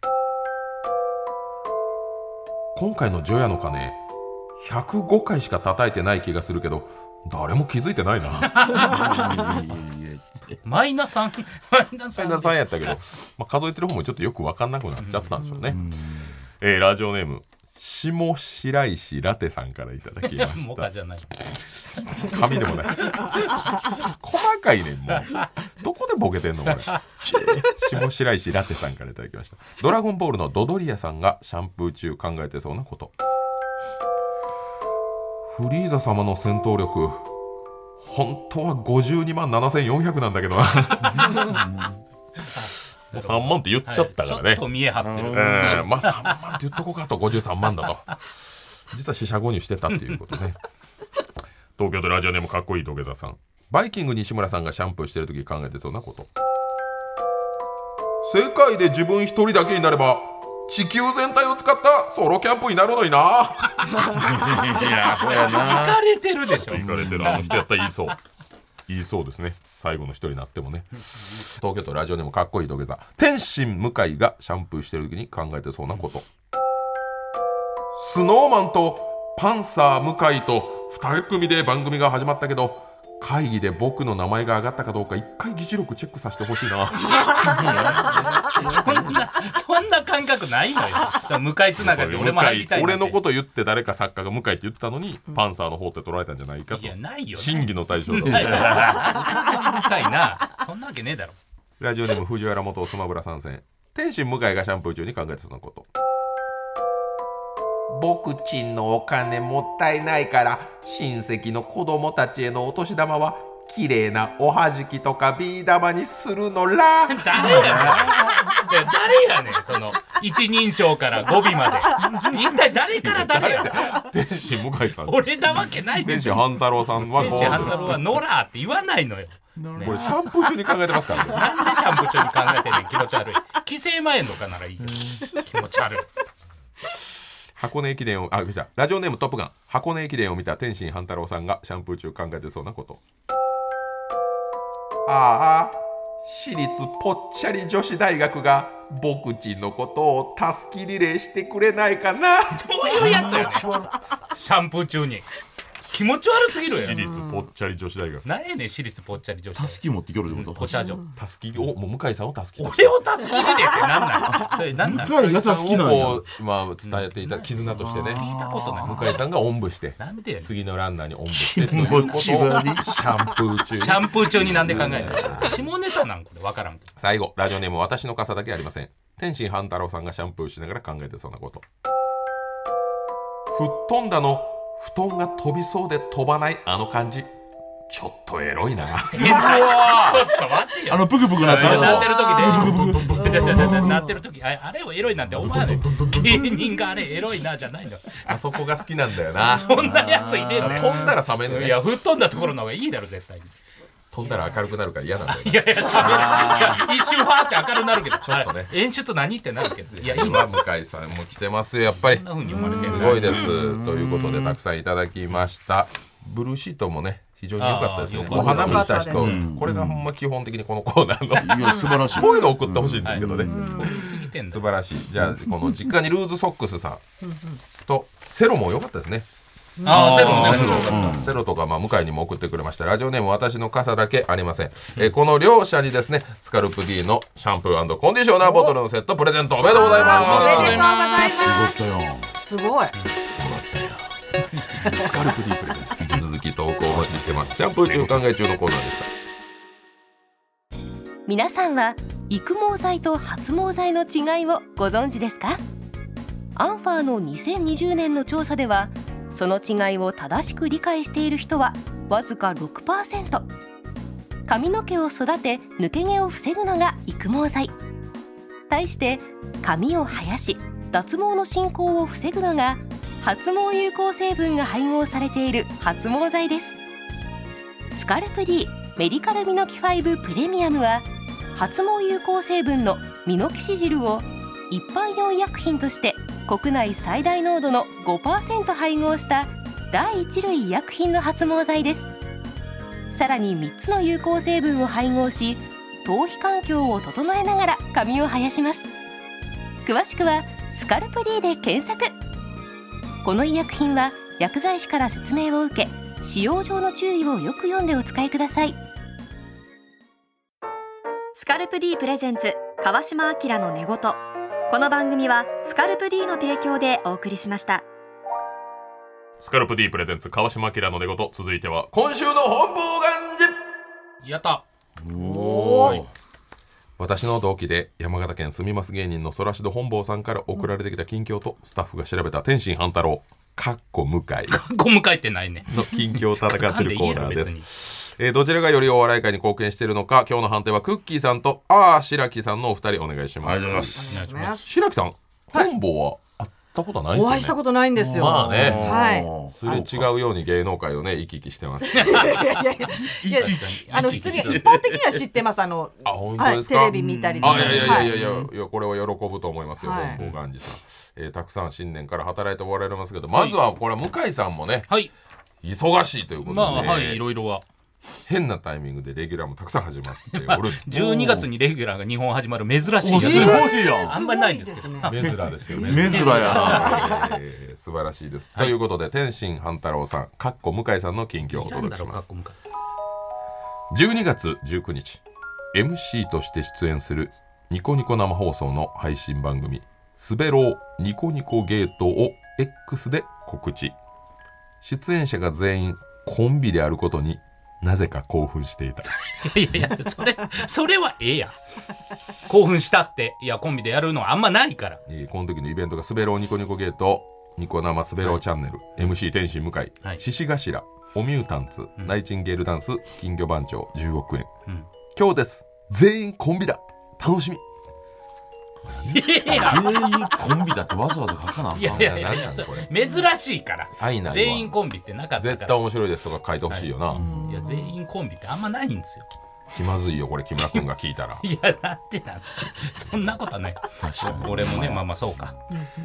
[SPEAKER 1] 今回の除夜の鐘105回しか叩いてない気がするけど誰も気づいてないな
[SPEAKER 2] マイナさんマイナさ
[SPEAKER 1] 斉
[SPEAKER 2] ん
[SPEAKER 1] 田さんやったけど、 まあ、数えてる方もちょっとよく分かんなくなっちゃったんでしょうね、えーラジオネーム下白石ラテさんからいただきま し
[SPEAKER 2] モ
[SPEAKER 1] た
[SPEAKER 2] カじゃない
[SPEAKER 1] 紙でもない細かいねんもうどこでボケてんのこれ下白石ラテさんからいただきましたドラゴンボールのドドリアさんがシャンプー中考えてそうなことフリーザ様の戦闘力本当は52万7400なんだけどなもう3万って言っちゃったからね、
[SPEAKER 2] はいちょっと見え張ってる
[SPEAKER 1] えーまあ3万って言っとこうかと53万だと実は四捨五入してたっていうことね東京都ラジオネームかっこいい土下座さんバイキング西村さんがシャンプーしてる時考えてそうなこと世界で自分一人だけになれば地球全体を使ったソロキャンプになるのにな
[SPEAKER 3] いやそうやな
[SPEAKER 2] 行かれてるで しょ
[SPEAKER 1] 行かれてるあの人やったら言いそう言いそうですね最後の一人になってもね東京都ラジオでもかっこいい土下座天心向井がシャンプーしてる時に考えてそうなことスノーマンとパンサー向井と2組で番組が始まったけど会議で僕の名前が上がったかどうか一回議事録チェックさせてほしいな
[SPEAKER 2] そんなそんな感覚ないのよだから向かいつながりで俺も入りたい
[SPEAKER 1] 俺のことと言って誰か作家が向井って言ったのに、パンサーの方って取られたんじゃないかと
[SPEAKER 2] いやないよ
[SPEAKER 1] 審議の対象だ
[SPEAKER 2] ないよ深いなそんなわけねえだろ
[SPEAKER 1] ラジオネーム藤原元スマブラ参戦天心向井がシャンプー中に考えてそのこと僕ちんのお金もったいないから親戚の子供たちへのお年玉は綺麗なおはじきとかビー玉にするのら
[SPEAKER 2] 誰やねんじゃあ誰やねんその一人称から語尾まで一体誰から誰や
[SPEAKER 1] 天心向井さん
[SPEAKER 2] 俺なわけないで
[SPEAKER 1] 天
[SPEAKER 2] しょ
[SPEAKER 1] 心半太郎さんは
[SPEAKER 2] 天使ハンドルはノラーって言わないのよね
[SPEAKER 1] これシャンプー中に考えてますからね
[SPEAKER 2] なんでシャンプー中に考えてんねん気持ち悪い規制前のかならいいけど気持ち悪い
[SPEAKER 1] 箱根駅伝をあ違うラジオネームトップガン箱根駅伝を見た天心半太郎さんがシャンプー中考えてそうなことああ私立ぽっちゃり女子大学が僕ちのことをたすきリレーしてくれないかな
[SPEAKER 2] どういうやつやねんシャンプー中に気持ち悪すぎるやん
[SPEAKER 1] 立ぽっちゃり女子大学
[SPEAKER 2] 何やねん私立ぽっちゃり女子
[SPEAKER 3] たすき持ってきょるってこと
[SPEAKER 2] ポチャジョ
[SPEAKER 1] たすきをもう向井さんをたすき
[SPEAKER 2] 俺を助けてってなんなんそれなんなん聞
[SPEAKER 3] 深いがたすきなんや
[SPEAKER 1] をまあ伝えていた絆としてね
[SPEAKER 2] いたことない
[SPEAKER 1] 向井さんがおんぶして
[SPEAKER 2] なんでやねんシ
[SPEAKER 1] 次のランナーにおんぶして という
[SPEAKER 3] 気
[SPEAKER 1] こと
[SPEAKER 3] 持
[SPEAKER 1] を
[SPEAKER 3] ち
[SPEAKER 1] シ
[SPEAKER 3] 悪い
[SPEAKER 1] ャンプー中に
[SPEAKER 2] ャンプー中になんで考えない下ネタなんこれわからんけど
[SPEAKER 1] 最後ラジオネーム私の傘だけありません天心半太郎さんがシャンプーしながら考えてそうなこと吹っ飛んだの布団が飛びそうで飛ばないあの感じちょっとエ ロいな
[SPEAKER 2] ちょっと待ってよ
[SPEAKER 3] あのプクプクなってる
[SPEAKER 2] なってる時で
[SPEAKER 3] ブクブクブクブク
[SPEAKER 2] なってる時ああれをエロいなんて思わない芸人があれエロいなじゃないの
[SPEAKER 1] あそこが好きなんだよな
[SPEAKER 2] そんなやついねえの
[SPEAKER 1] 飛んだら冷める
[SPEAKER 2] よ
[SPEAKER 1] ね
[SPEAKER 2] いや吹っ飛んだところの方がいいだろ絶対に
[SPEAKER 1] 飛んだら明るくなるから嫌なんだよ
[SPEAKER 2] いやいやそんないや一瞬ファーって明るくな るけど
[SPEAKER 1] ょっとね
[SPEAKER 2] あれ演出何ってなるけどいやい
[SPEAKER 1] ない今
[SPEAKER 2] わ
[SPEAKER 1] 向井さんも来てますよやっぱり
[SPEAKER 2] こんな風に生まれてる
[SPEAKER 1] すごいですということでたくさんいただきましたブルーシートもね非常に良かったですね
[SPEAKER 2] あー
[SPEAKER 1] お
[SPEAKER 2] 良かった
[SPEAKER 1] 花見した人
[SPEAKER 3] うん
[SPEAKER 1] これがほんま基本的にこのコーナーの
[SPEAKER 3] いや素晴らしい
[SPEAKER 1] こういうの送ってほしいんですけどね、
[SPEAKER 2] 飛びすぎてんだ
[SPEAKER 1] 素晴らしいじゃあこの実家にルーズソックスさんとセロも良かったですね
[SPEAKER 2] ああセロン
[SPEAKER 1] セ
[SPEAKER 2] ね
[SPEAKER 1] ロ,、セロとか、まあ、向井にも送ってくれましたラジオネーム私の傘だけありません、えーこの両者にですねスカルプ D のシャンプーコンディショナーボトルのセットプレゼントおめでとうござい
[SPEAKER 4] おめでとうござ
[SPEAKER 1] ま
[SPEAKER 4] います
[SPEAKER 3] ったよ
[SPEAKER 4] すごい
[SPEAKER 3] スカルプディープレゼント
[SPEAKER 1] す引き続き投稿お待ちしてますシャンプー中考え中のコーナーでした
[SPEAKER 5] 皆さんは育毛剤と発毛剤の違いをご存知ですかアンファーの2020年の調査ではその違いを正しく理解している人はわずか6%髪の毛を育て抜け毛を防ぐのが育毛剤対して髪を生やし脱毛の進行を防ぐのが発毛有効成分が配合されている発毛剤ですスカルプ D メディカルミノキ5プレミアムは発毛有効成分のミノキシジルを一般用医薬品として国内最大濃度の5%配合した第一類医薬品の発毛剤ですさらに3つの有効成分を配合し頭皮環境を整えながら髪を生やします詳しくは「スカルプ D」で検索この医薬品は薬剤師から説明を受け使用上の注意をよく読んでお使いくださいスカルプ D プレゼンツ川島明の寝言この番組はスカルプ D の提供でお送りしました
[SPEAKER 1] スカルプ D プレゼンツ川島明の寝言続いては今週の本望願寺
[SPEAKER 2] やった
[SPEAKER 3] おー
[SPEAKER 1] 私の同期で山形県住みます芸人のそらしど本坊さんから送られてきた近況とスタッフが調べた天心半太郎かっこ向井
[SPEAKER 2] ご向かいってないね
[SPEAKER 1] の近況を戦って
[SPEAKER 2] 噛ん
[SPEAKER 1] る
[SPEAKER 2] でい
[SPEAKER 1] コ
[SPEAKER 2] い
[SPEAKER 1] ー
[SPEAKER 2] や
[SPEAKER 1] ナ
[SPEAKER 2] ろ
[SPEAKER 1] ーで
[SPEAKER 2] 別
[SPEAKER 1] す
[SPEAKER 2] に
[SPEAKER 1] えーどちらがよりお笑い界に貢献しているのか今日の判定はクッキーさんとああ白木さんのお二人お願いし
[SPEAKER 3] あ
[SPEAKER 1] ま
[SPEAKER 3] りがとうございますす
[SPEAKER 2] お願いします
[SPEAKER 1] 白木さん本坊は会ったことないですよね
[SPEAKER 4] お会いしたことないんですよ。
[SPEAKER 1] まあね
[SPEAKER 4] はい。
[SPEAKER 1] すれ違うように芸能界をね生き生きしてます
[SPEAKER 4] いやいやいやいや、あの普通に一方的には知ってます。あの、
[SPEAKER 1] あ本当
[SPEAKER 4] は
[SPEAKER 1] で
[SPEAKER 4] い、
[SPEAKER 1] す
[SPEAKER 4] テ
[SPEAKER 1] か、
[SPEAKER 4] レビ見たりとか。
[SPEAKER 1] あいやいやいやいや
[SPEAKER 4] はい
[SPEAKER 1] いや、いやこれは喜ぶと思いますよ、
[SPEAKER 4] はい
[SPEAKER 1] 本郷幹事さん、えーたくさん新年から働いておられますけどまずはこれは向井さんもね
[SPEAKER 2] はい
[SPEAKER 1] 忙しいということで、
[SPEAKER 2] まあはいいろいろは
[SPEAKER 1] 変なタイミングでレギュラーもたくさん始まっておる
[SPEAKER 2] 12月にレギュラーが日本始まる珍し
[SPEAKER 3] お
[SPEAKER 2] い
[SPEAKER 3] す
[SPEAKER 2] やつ
[SPEAKER 3] ごいやん
[SPEAKER 2] あんまりないんですけど
[SPEAKER 4] ごね
[SPEAKER 1] メズラですよね
[SPEAKER 3] メズラやな
[SPEAKER 1] えー素晴らしいです、ということで天心半太郎さんかっこ向井さんの近況をお
[SPEAKER 2] なん
[SPEAKER 1] 届け
[SPEAKER 2] だ
[SPEAKER 1] し
[SPEAKER 2] ろう
[SPEAKER 1] ま
[SPEAKER 2] かっ
[SPEAKER 1] す
[SPEAKER 2] こ向かい
[SPEAKER 1] 12月19日 MC として出演するニコニコ生放送の配信番組「すべろうニコニコゲート」を X で告知出演者が全員コンビであることになぜか興奮していた
[SPEAKER 2] いやいやそれそれはええやん興奮したっていやコンビでやるのはあんまないから
[SPEAKER 1] えーこの時のイベントが「すべろうニコニコゲート」ニコ生すべろうチャンネル、MC 天心向井、
[SPEAKER 2] はい
[SPEAKER 1] 獅子頭オミュータンツ、ナイチンゲールダンス金魚番長10億円、
[SPEAKER 2] ん
[SPEAKER 1] 今日です全員コンビだ楽しみ
[SPEAKER 3] 全員コンビだってわざわざ書かなあかん
[SPEAKER 2] いやいやいやいやそれ珍しいから
[SPEAKER 1] 愛ないわ
[SPEAKER 2] 全員コンビってなかった
[SPEAKER 1] 絶
[SPEAKER 2] か
[SPEAKER 1] 対
[SPEAKER 2] ら
[SPEAKER 1] 面白いですとか書いてほしいよな、
[SPEAKER 2] いや全員コンビってあんまないんですよ
[SPEAKER 1] 気まずいよこれ木村君が聞いたら
[SPEAKER 2] いやだってなんですかそんなこと はない俺もねまあまあそうか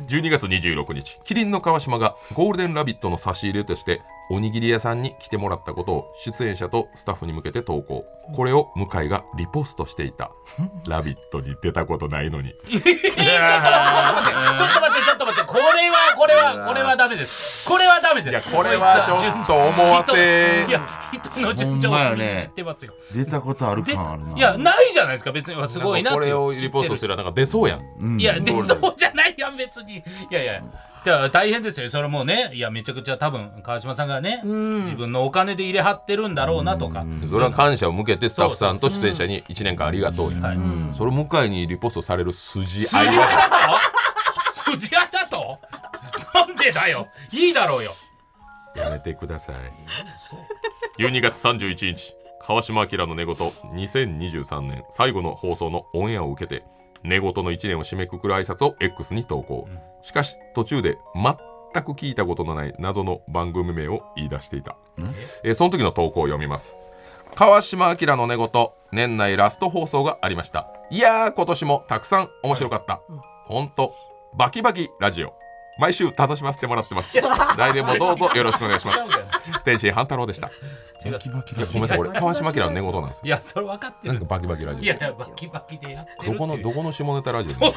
[SPEAKER 1] 12月26日キリンの川島がゴールデンラビットの差し入れとしておにぎり屋さんに来てもらったことを出演者とスタッフに向けて投稿これを向井がリポストしていた「ラビット!」に出たことないのに
[SPEAKER 2] ちょっと待ってちょっと待ってこれはこれはこれはダメですこれはダメです
[SPEAKER 1] いやこれはちょっと思わせ
[SPEAKER 2] いや人の順調
[SPEAKER 3] ほんま
[SPEAKER 2] を
[SPEAKER 3] やね
[SPEAKER 2] 知ってますよ
[SPEAKER 3] 出たことある
[SPEAKER 2] で
[SPEAKER 3] 感あるない
[SPEAKER 2] やないじゃないですか別にすごいなって
[SPEAKER 1] これをリポストしてるらなんか出そうやん
[SPEAKER 3] うん
[SPEAKER 2] いやで
[SPEAKER 1] ゴールデン
[SPEAKER 2] そうじゃないやん別にいやいやだから大変ですよそれもうねいやめちゃくちゃ多分川島さんがね自分のお金で入れ張ってるんだろうなとか
[SPEAKER 1] それは感謝を向けてスタッフさんと出演者に1年間ありがとうやん、
[SPEAKER 2] はい
[SPEAKER 1] それ向井にリポストされる筋
[SPEAKER 2] 筋
[SPEAKER 1] 合い
[SPEAKER 2] 合い
[SPEAKER 1] は
[SPEAKER 2] だと筋合いだとなんでだよいいだろうよ
[SPEAKER 1] やめてください。12月31日、川島明の寝言2023年最後の放送のオンエアを受けて、寝言の1年を締めくくる挨拶を X に投稿。しかし途中で全く聞いたことのない謎の番組名を言い出していた。えーその時の投稿を読みます。川島明の寝言年内ラスト放送がありましたいやー今年もたくさん面白かった、ほんとバキバキラジオ毎週楽しませてもらってます来年もどうぞよろしくお願いします天心半太郎でした
[SPEAKER 2] 違う
[SPEAKER 3] バキバキ
[SPEAKER 1] いやごめんなさいこれ川島明の寝言なんですよ
[SPEAKER 2] いやそれ分かって
[SPEAKER 1] 何
[SPEAKER 2] る
[SPEAKER 1] ですかバキバキラ
[SPEAKER 2] い
[SPEAKER 1] ジ
[SPEAKER 2] やいやバキバキでやってるって
[SPEAKER 1] オ
[SPEAKER 2] い
[SPEAKER 1] どこ
[SPEAKER 2] う
[SPEAKER 1] のどこの下ネタラジオ
[SPEAKER 3] えげ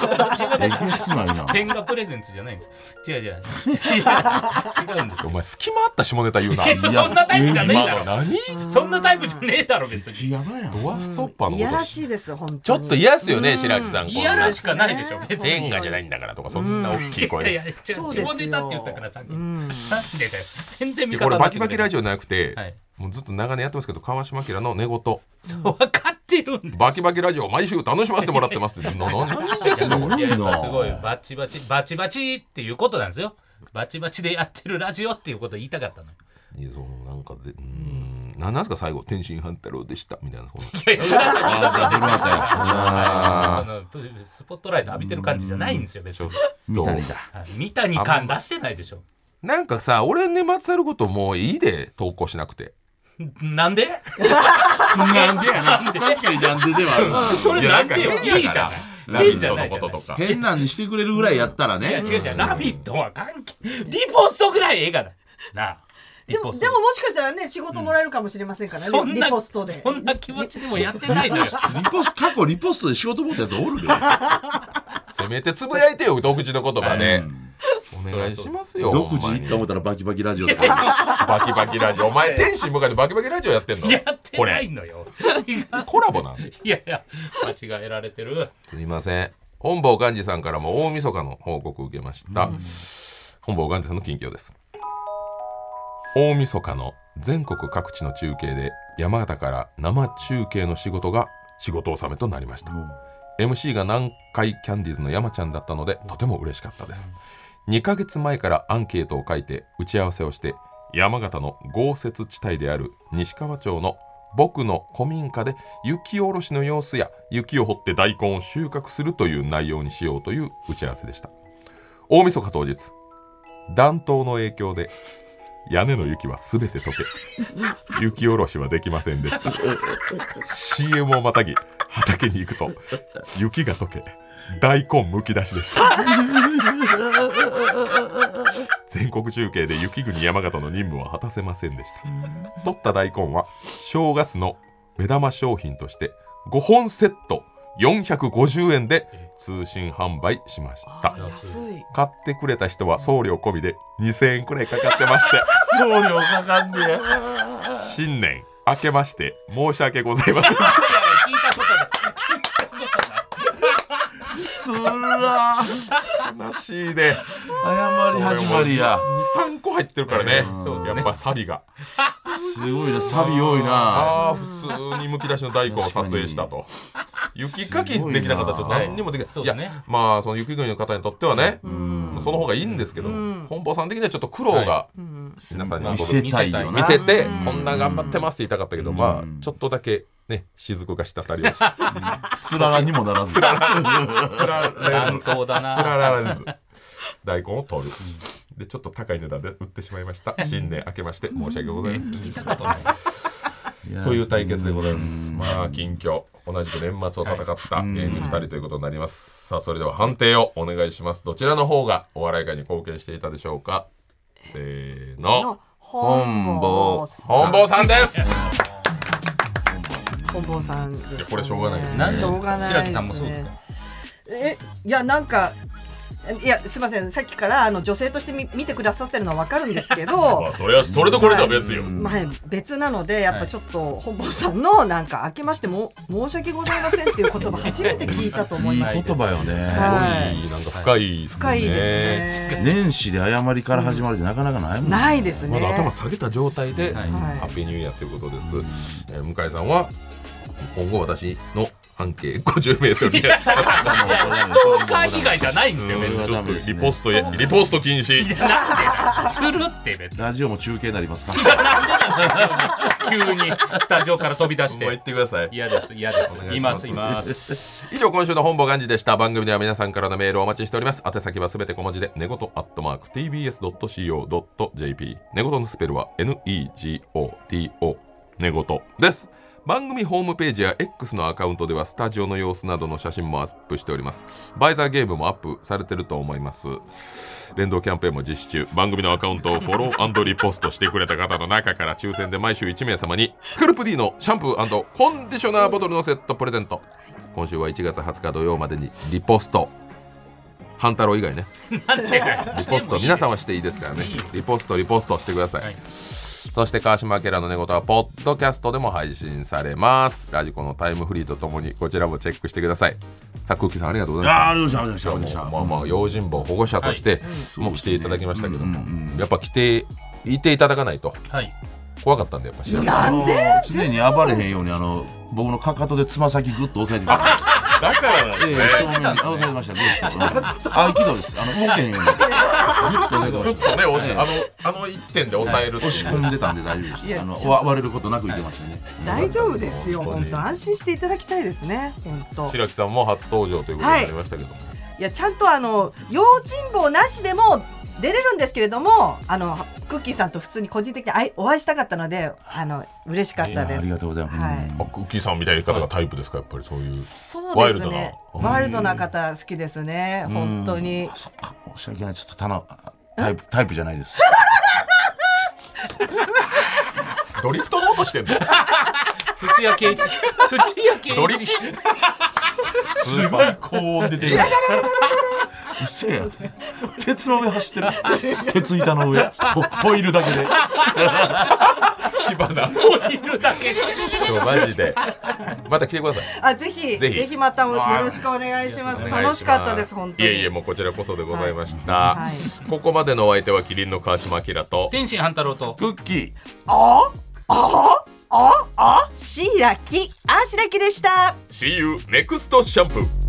[SPEAKER 3] つないな
[SPEAKER 2] 天下プレゼンツじゃないんです違う違う違う違うんです
[SPEAKER 1] お
[SPEAKER 2] よ
[SPEAKER 1] 前隙間あった下ネタ言うな
[SPEAKER 2] えそんなタイプじゃねえだろ
[SPEAKER 1] 何
[SPEAKER 2] そんなタイプじゃねえだろ別に
[SPEAKER 3] やばいやん
[SPEAKER 1] ドアストッパーの
[SPEAKER 4] い
[SPEAKER 1] こ
[SPEAKER 4] や
[SPEAKER 1] と
[SPEAKER 4] ら
[SPEAKER 1] し
[SPEAKER 4] しいです、本当に。
[SPEAKER 1] ちょっと嫌っすよね白木さん
[SPEAKER 2] いやらし
[SPEAKER 1] く
[SPEAKER 2] かないでしょ別に
[SPEAKER 1] 天下じゃないんだからとかそんな大きい声
[SPEAKER 2] い
[SPEAKER 1] で
[SPEAKER 2] やいや違う
[SPEAKER 4] そう
[SPEAKER 2] 自
[SPEAKER 4] です
[SPEAKER 2] 分
[SPEAKER 4] よ
[SPEAKER 2] でたって言ったからさっき、なんでだよ全然味
[SPEAKER 1] で
[SPEAKER 2] 方
[SPEAKER 1] これ
[SPEAKER 2] にな
[SPEAKER 1] バ
[SPEAKER 2] って
[SPEAKER 1] キ
[SPEAKER 2] くれ
[SPEAKER 1] バキラジオじゃなくて、
[SPEAKER 2] はい
[SPEAKER 1] もうずっと長年やってますけど川島明の寝言
[SPEAKER 2] 分かってるんだ
[SPEAKER 1] バキバキラジオ毎週楽しませてもらってます ってなな何言ってんのこれ
[SPEAKER 2] いややっぱすごいバチバチバチバチっていうことなんですよバチバチでやってるラジオっていうことを言いたかったのよ
[SPEAKER 1] いやそうなんかでうーん何なんすか最後天心半太郎でしたみたいなこの
[SPEAKER 2] い やいや
[SPEAKER 3] あーブルー
[SPEAKER 2] そのプスポットライト浴びてる感じじゃないんですよ別に
[SPEAKER 3] みたいだ
[SPEAKER 2] はい三谷感出してないでしょ
[SPEAKER 1] なんかさ俺にまつわることもういいで投稿しなくて
[SPEAKER 2] なんで
[SPEAKER 3] なんでやな確かになんでではあるな
[SPEAKER 2] それなんでよ
[SPEAKER 1] いやなんか
[SPEAKER 2] い
[SPEAKER 1] 変
[SPEAKER 2] いじ
[SPEAKER 1] やか
[SPEAKER 2] ゃ
[SPEAKER 1] ら
[SPEAKER 2] んいいじゃないじゃない
[SPEAKER 1] か
[SPEAKER 3] 変なんにしてくれるぐらいやったら
[SPEAKER 2] いや
[SPEAKER 3] ね
[SPEAKER 2] 違う違う「ラビット!」は関係リポストぐらいええがななあリ
[SPEAKER 4] でも、
[SPEAKER 2] ポス
[SPEAKER 4] で
[SPEAKER 2] ト
[SPEAKER 4] ももしかしたらね、仕事もらえるかもしれませんから
[SPEAKER 2] そ
[SPEAKER 4] ね、
[SPEAKER 2] ん
[SPEAKER 4] リ
[SPEAKER 2] な
[SPEAKER 4] ポストで。
[SPEAKER 2] そんな気持ちでもやってないのよ
[SPEAKER 3] リポス 過去リポストで仕事持ったやつおるで
[SPEAKER 1] せめてつぶやいてよ独自の言葉で、願いしますよ
[SPEAKER 3] 独
[SPEAKER 1] ほん
[SPEAKER 3] 自
[SPEAKER 1] ま
[SPEAKER 3] い
[SPEAKER 1] に
[SPEAKER 3] った思ったらバキバキラジオとか
[SPEAKER 1] バキバキラジオお前天使向かってバキバキラジオやってんの
[SPEAKER 2] やって
[SPEAKER 1] こ
[SPEAKER 2] ない
[SPEAKER 1] れ
[SPEAKER 2] の よ。違う
[SPEAKER 1] コラボなん
[SPEAKER 2] いやいや、間違えられてる。
[SPEAKER 1] すいません本坊幹事さんからも大晦日の報告を受けました、本坊幹事さんの近況です大晦日の全国各地の中継で山形から生中継の仕事が仕事納めとなりました、MC が南海キャンディーズの山ちゃんだったのでとても嬉しかったです2ヶ月前からアンケートを書いて打ち合わせをして山形の豪雪地帯である西川町の僕の古民家で雪下ろしの様子や雪を掘って大根を収穫するという内容にしようという打ち合わせでした大晦日当日暖冬の影響で屋根の雪は全て溶け雪下ろしはできませんでした CM をまたぎ畑に行くと雪が溶け大根むき出しでした全国中継で雪国山形の任務は果たせませんでした取った大根は正月の目玉商品として5本セット450円で通信販売しました
[SPEAKER 4] 安い
[SPEAKER 1] 買ってくれた人は送料込みで2000円くらいかかってまして
[SPEAKER 3] 送料かかんねえ
[SPEAKER 1] 新年明けまして申し訳ございません
[SPEAKER 2] いやいや聞いたことない。聞いたことない。
[SPEAKER 3] つら
[SPEAKER 1] 悲しいで
[SPEAKER 3] 謝り始まりや
[SPEAKER 1] 23個入ってるからね
[SPEAKER 2] そうです
[SPEAKER 1] や
[SPEAKER 2] ね
[SPEAKER 1] っぱサビが
[SPEAKER 3] すごいなサビ多いな
[SPEAKER 1] ああー普通にむき出しの大根を撮影したと雪かきできなかったと何にもできない
[SPEAKER 2] すご
[SPEAKER 1] い
[SPEAKER 2] いな
[SPEAKER 1] や
[SPEAKER 2] そうだね
[SPEAKER 1] まあその雪国の方にとってはねその方がいいんですけど本坊さん的にはちょっと苦労が皆さんに
[SPEAKER 3] 見
[SPEAKER 1] 見
[SPEAKER 3] せ
[SPEAKER 1] せ
[SPEAKER 3] たいよな
[SPEAKER 1] てこんな頑張ってますって言いたかったけどまあちょっとだけね雫が滴りました
[SPEAKER 3] つららにもならず
[SPEAKER 1] つられず
[SPEAKER 2] 担当だ
[SPEAKER 1] つら
[SPEAKER 2] な。
[SPEAKER 1] られず大根を取るでちょっと高い値段で売ってしまいました新年明けまして申し訳ございません
[SPEAKER 2] 聞いたことない。
[SPEAKER 1] という対決でございます。まあ近況同じく年末を戦った芸人2人ということになります。さあそれでは判定をお願いします。どちらの方がお笑い界に貢献していたでしょうか。せーの
[SPEAKER 4] の。本坊
[SPEAKER 1] 本坊さんです。
[SPEAKER 4] 本坊さんですよね、
[SPEAKER 1] いやこれしょうがないですね
[SPEAKER 2] なんで
[SPEAKER 4] しょうがない
[SPEAKER 2] 白木さんもそうですか。
[SPEAKER 4] えいやなんかいやすいませんさっきからあの女性としてみ見てくださってるのはわかるんですけ ど
[SPEAKER 1] まあそれはそれとこれとは別よ。
[SPEAKER 4] まあ別なのでやっぱちょっと本坊さんのなんか明けましても申し訳ございませんっていう言葉初めて聞いたと思いま
[SPEAKER 3] い
[SPEAKER 4] し
[SPEAKER 3] い言葉よね
[SPEAKER 4] た。
[SPEAKER 1] いいなんか深いですね。
[SPEAKER 4] 深いですね。
[SPEAKER 3] 年始で謝りから始まるってなかなかないもんね
[SPEAKER 4] ないです
[SPEAKER 1] まだ
[SPEAKER 4] ね。
[SPEAKER 1] 頭下げた状態で、
[SPEAKER 2] はい
[SPEAKER 1] ハッピーニューイヤーということです。えー向井さんは今後私の半径50メートルに。
[SPEAKER 2] ストーカー被害じゃないんですよ別
[SPEAKER 1] う
[SPEAKER 2] に
[SPEAKER 1] んちょっとリポストへリポスト禁止。
[SPEAKER 2] するって別に
[SPEAKER 3] ラジオも中継になりますか
[SPEAKER 2] 急にスタジオから飛び出し
[SPEAKER 1] もう言
[SPEAKER 2] て
[SPEAKER 1] ってください。
[SPEAKER 2] 嫌です嫌です
[SPEAKER 1] お願い
[SPEAKER 2] い
[SPEAKER 1] し
[SPEAKER 2] ま
[SPEAKER 1] ますす
[SPEAKER 2] います
[SPEAKER 1] 以上今週の本坊がんじでした番組では皆さんからのメールをお待ちしております宛先はすべて小文字で寝言アットマーク tbs.co.jp 寝言のスペルは negoto 寝言です番組ホームページや X のアカウントではスタジオの様子などの写真もアップしておりますバイザーゲームもアップされてると思います連動キャンペーンも実施中番組のアカウントをフォローリポストしてくれた方の中から抽選で毎週1名様にスクルプ D のシャンプーコンディショナーボトルのセットプレゼント今週は1月20日土曜までにリポスト半太郎以外ね
[SPEAKER 2] なんでだよ
[SPEAKER 1] リポスト皆さんはしていいですからねリポストリポストしてください、
[SPEAKER 2] はい
[SPEAKER 1] そして川島明の寝言はポッドキャストでも配信されますラジコのタイムフリーとともにこちらもチェックしてくださいさあ空気さんありがとうございました
[SPEAKER 3] あありがとうございました
[SPEAKER 1] まあまあ用心棒保護者としてもう来ていただきましたけども、やっぱ来ていていただかないと
[SPEAKER 2] はい
[SPEAKER 1] 怖かったんでやっぱ知らない
[SPEAKER 4] なんで
[SPEAKER 3] 常に暴れへんようにあの僕のかかとでつま先ぐっと押さえてくれ
[SPEAKER 1] だからなん
[SPEAKER 3] ええ正面に押さえてましたグッと合気道ですあの動けへんようにグッと押さえてま
[SPEAKER 1] ぐっ
[SPEAKER 3] し
[SPEAKER 1] とね押し、
[SPEAKER 3] ええ
[SPEAKER 1] あのあの一点で抑えるってい
[SPEAKER 3] 押
[SPEAKER 1] う
[SPEAKER 3] し込んでたんで大丈夫で
[SPEAKER 4] い
[SPEAKER 3] す
[SPEAKER 4] や
[SPEAKER 3] あの
[SPEAKER 4] ちょっと
[SPEAKER 3] わ割れることなくいけましたね
[SPEAKER 4] 大丈夫ですよ本
[SPEAKER 1] 本
[SPEAKER 4] 当
[SPEAKER 1] 当に
[SPEAKER 4] 安心していただきたいですね本当。
[SPEAKER 1] 白木さんも初登場ということになりましたけども、
[SPEAKER 4] いやちゃんとあの用心棒なしでも出れるんですけれどもあのクッキーさんと普通に個人的にあいお会いしたかったのであの嬉しかっ
[SPEAKER 3] いや
[SPEAKER 4] たです。
[SPEAKER 3] ありがとうございます
[SPEAKER 4] はい
[SPEAKER 1] あクッキーさんみたいな方がタイプですかやっぱりそういう
[SPEAKER 4] そうですね。
[SPEAKER 1] ワ
[SPEAKER 4] ワイルドな方好きですね。本当に。
[SPEAKER 3] そっか申し訳ないちょっとたのタイプタイプじゃないです
[SPEAKER 1] ドリフトの音してんの
[SPEAKER 2] 土屋圭一土屋圭
[SPEAKER 1] ドリキ
[SPEAKER 2] 一
[SPEAKER 1] すごい
[SPEAKER 3] 高音出てる嘘やん鉄の上走ってる鉄板の上ホホイールだけで
[SPEAKER 1] 火花
[SPEAKER 2] いるだけ
[SPEAKER 1] そう マジでまた来てください
[SPEAKER 4] あぜひ
[SPEAKER 1] ぜ
[SPEAKER 4] ぜ
[SPEAKER 1] ひ
[SPEAKER 4] ひまたもよろしくお願いします。楽しかったです本当に。
[SPEAKER 1] いえいえもうこちらこそでございました、
[SPEAKER 4] い
[SPEAKER 1] ここまでのお相手はキリンの川島明と
[SPEAKER 2] 天心半太郎と
[SPEAKER 1] クッキー
[SPEAKER 4] ああああしらきあしらきでした。
[SPEAKER 1] See you next シャンプー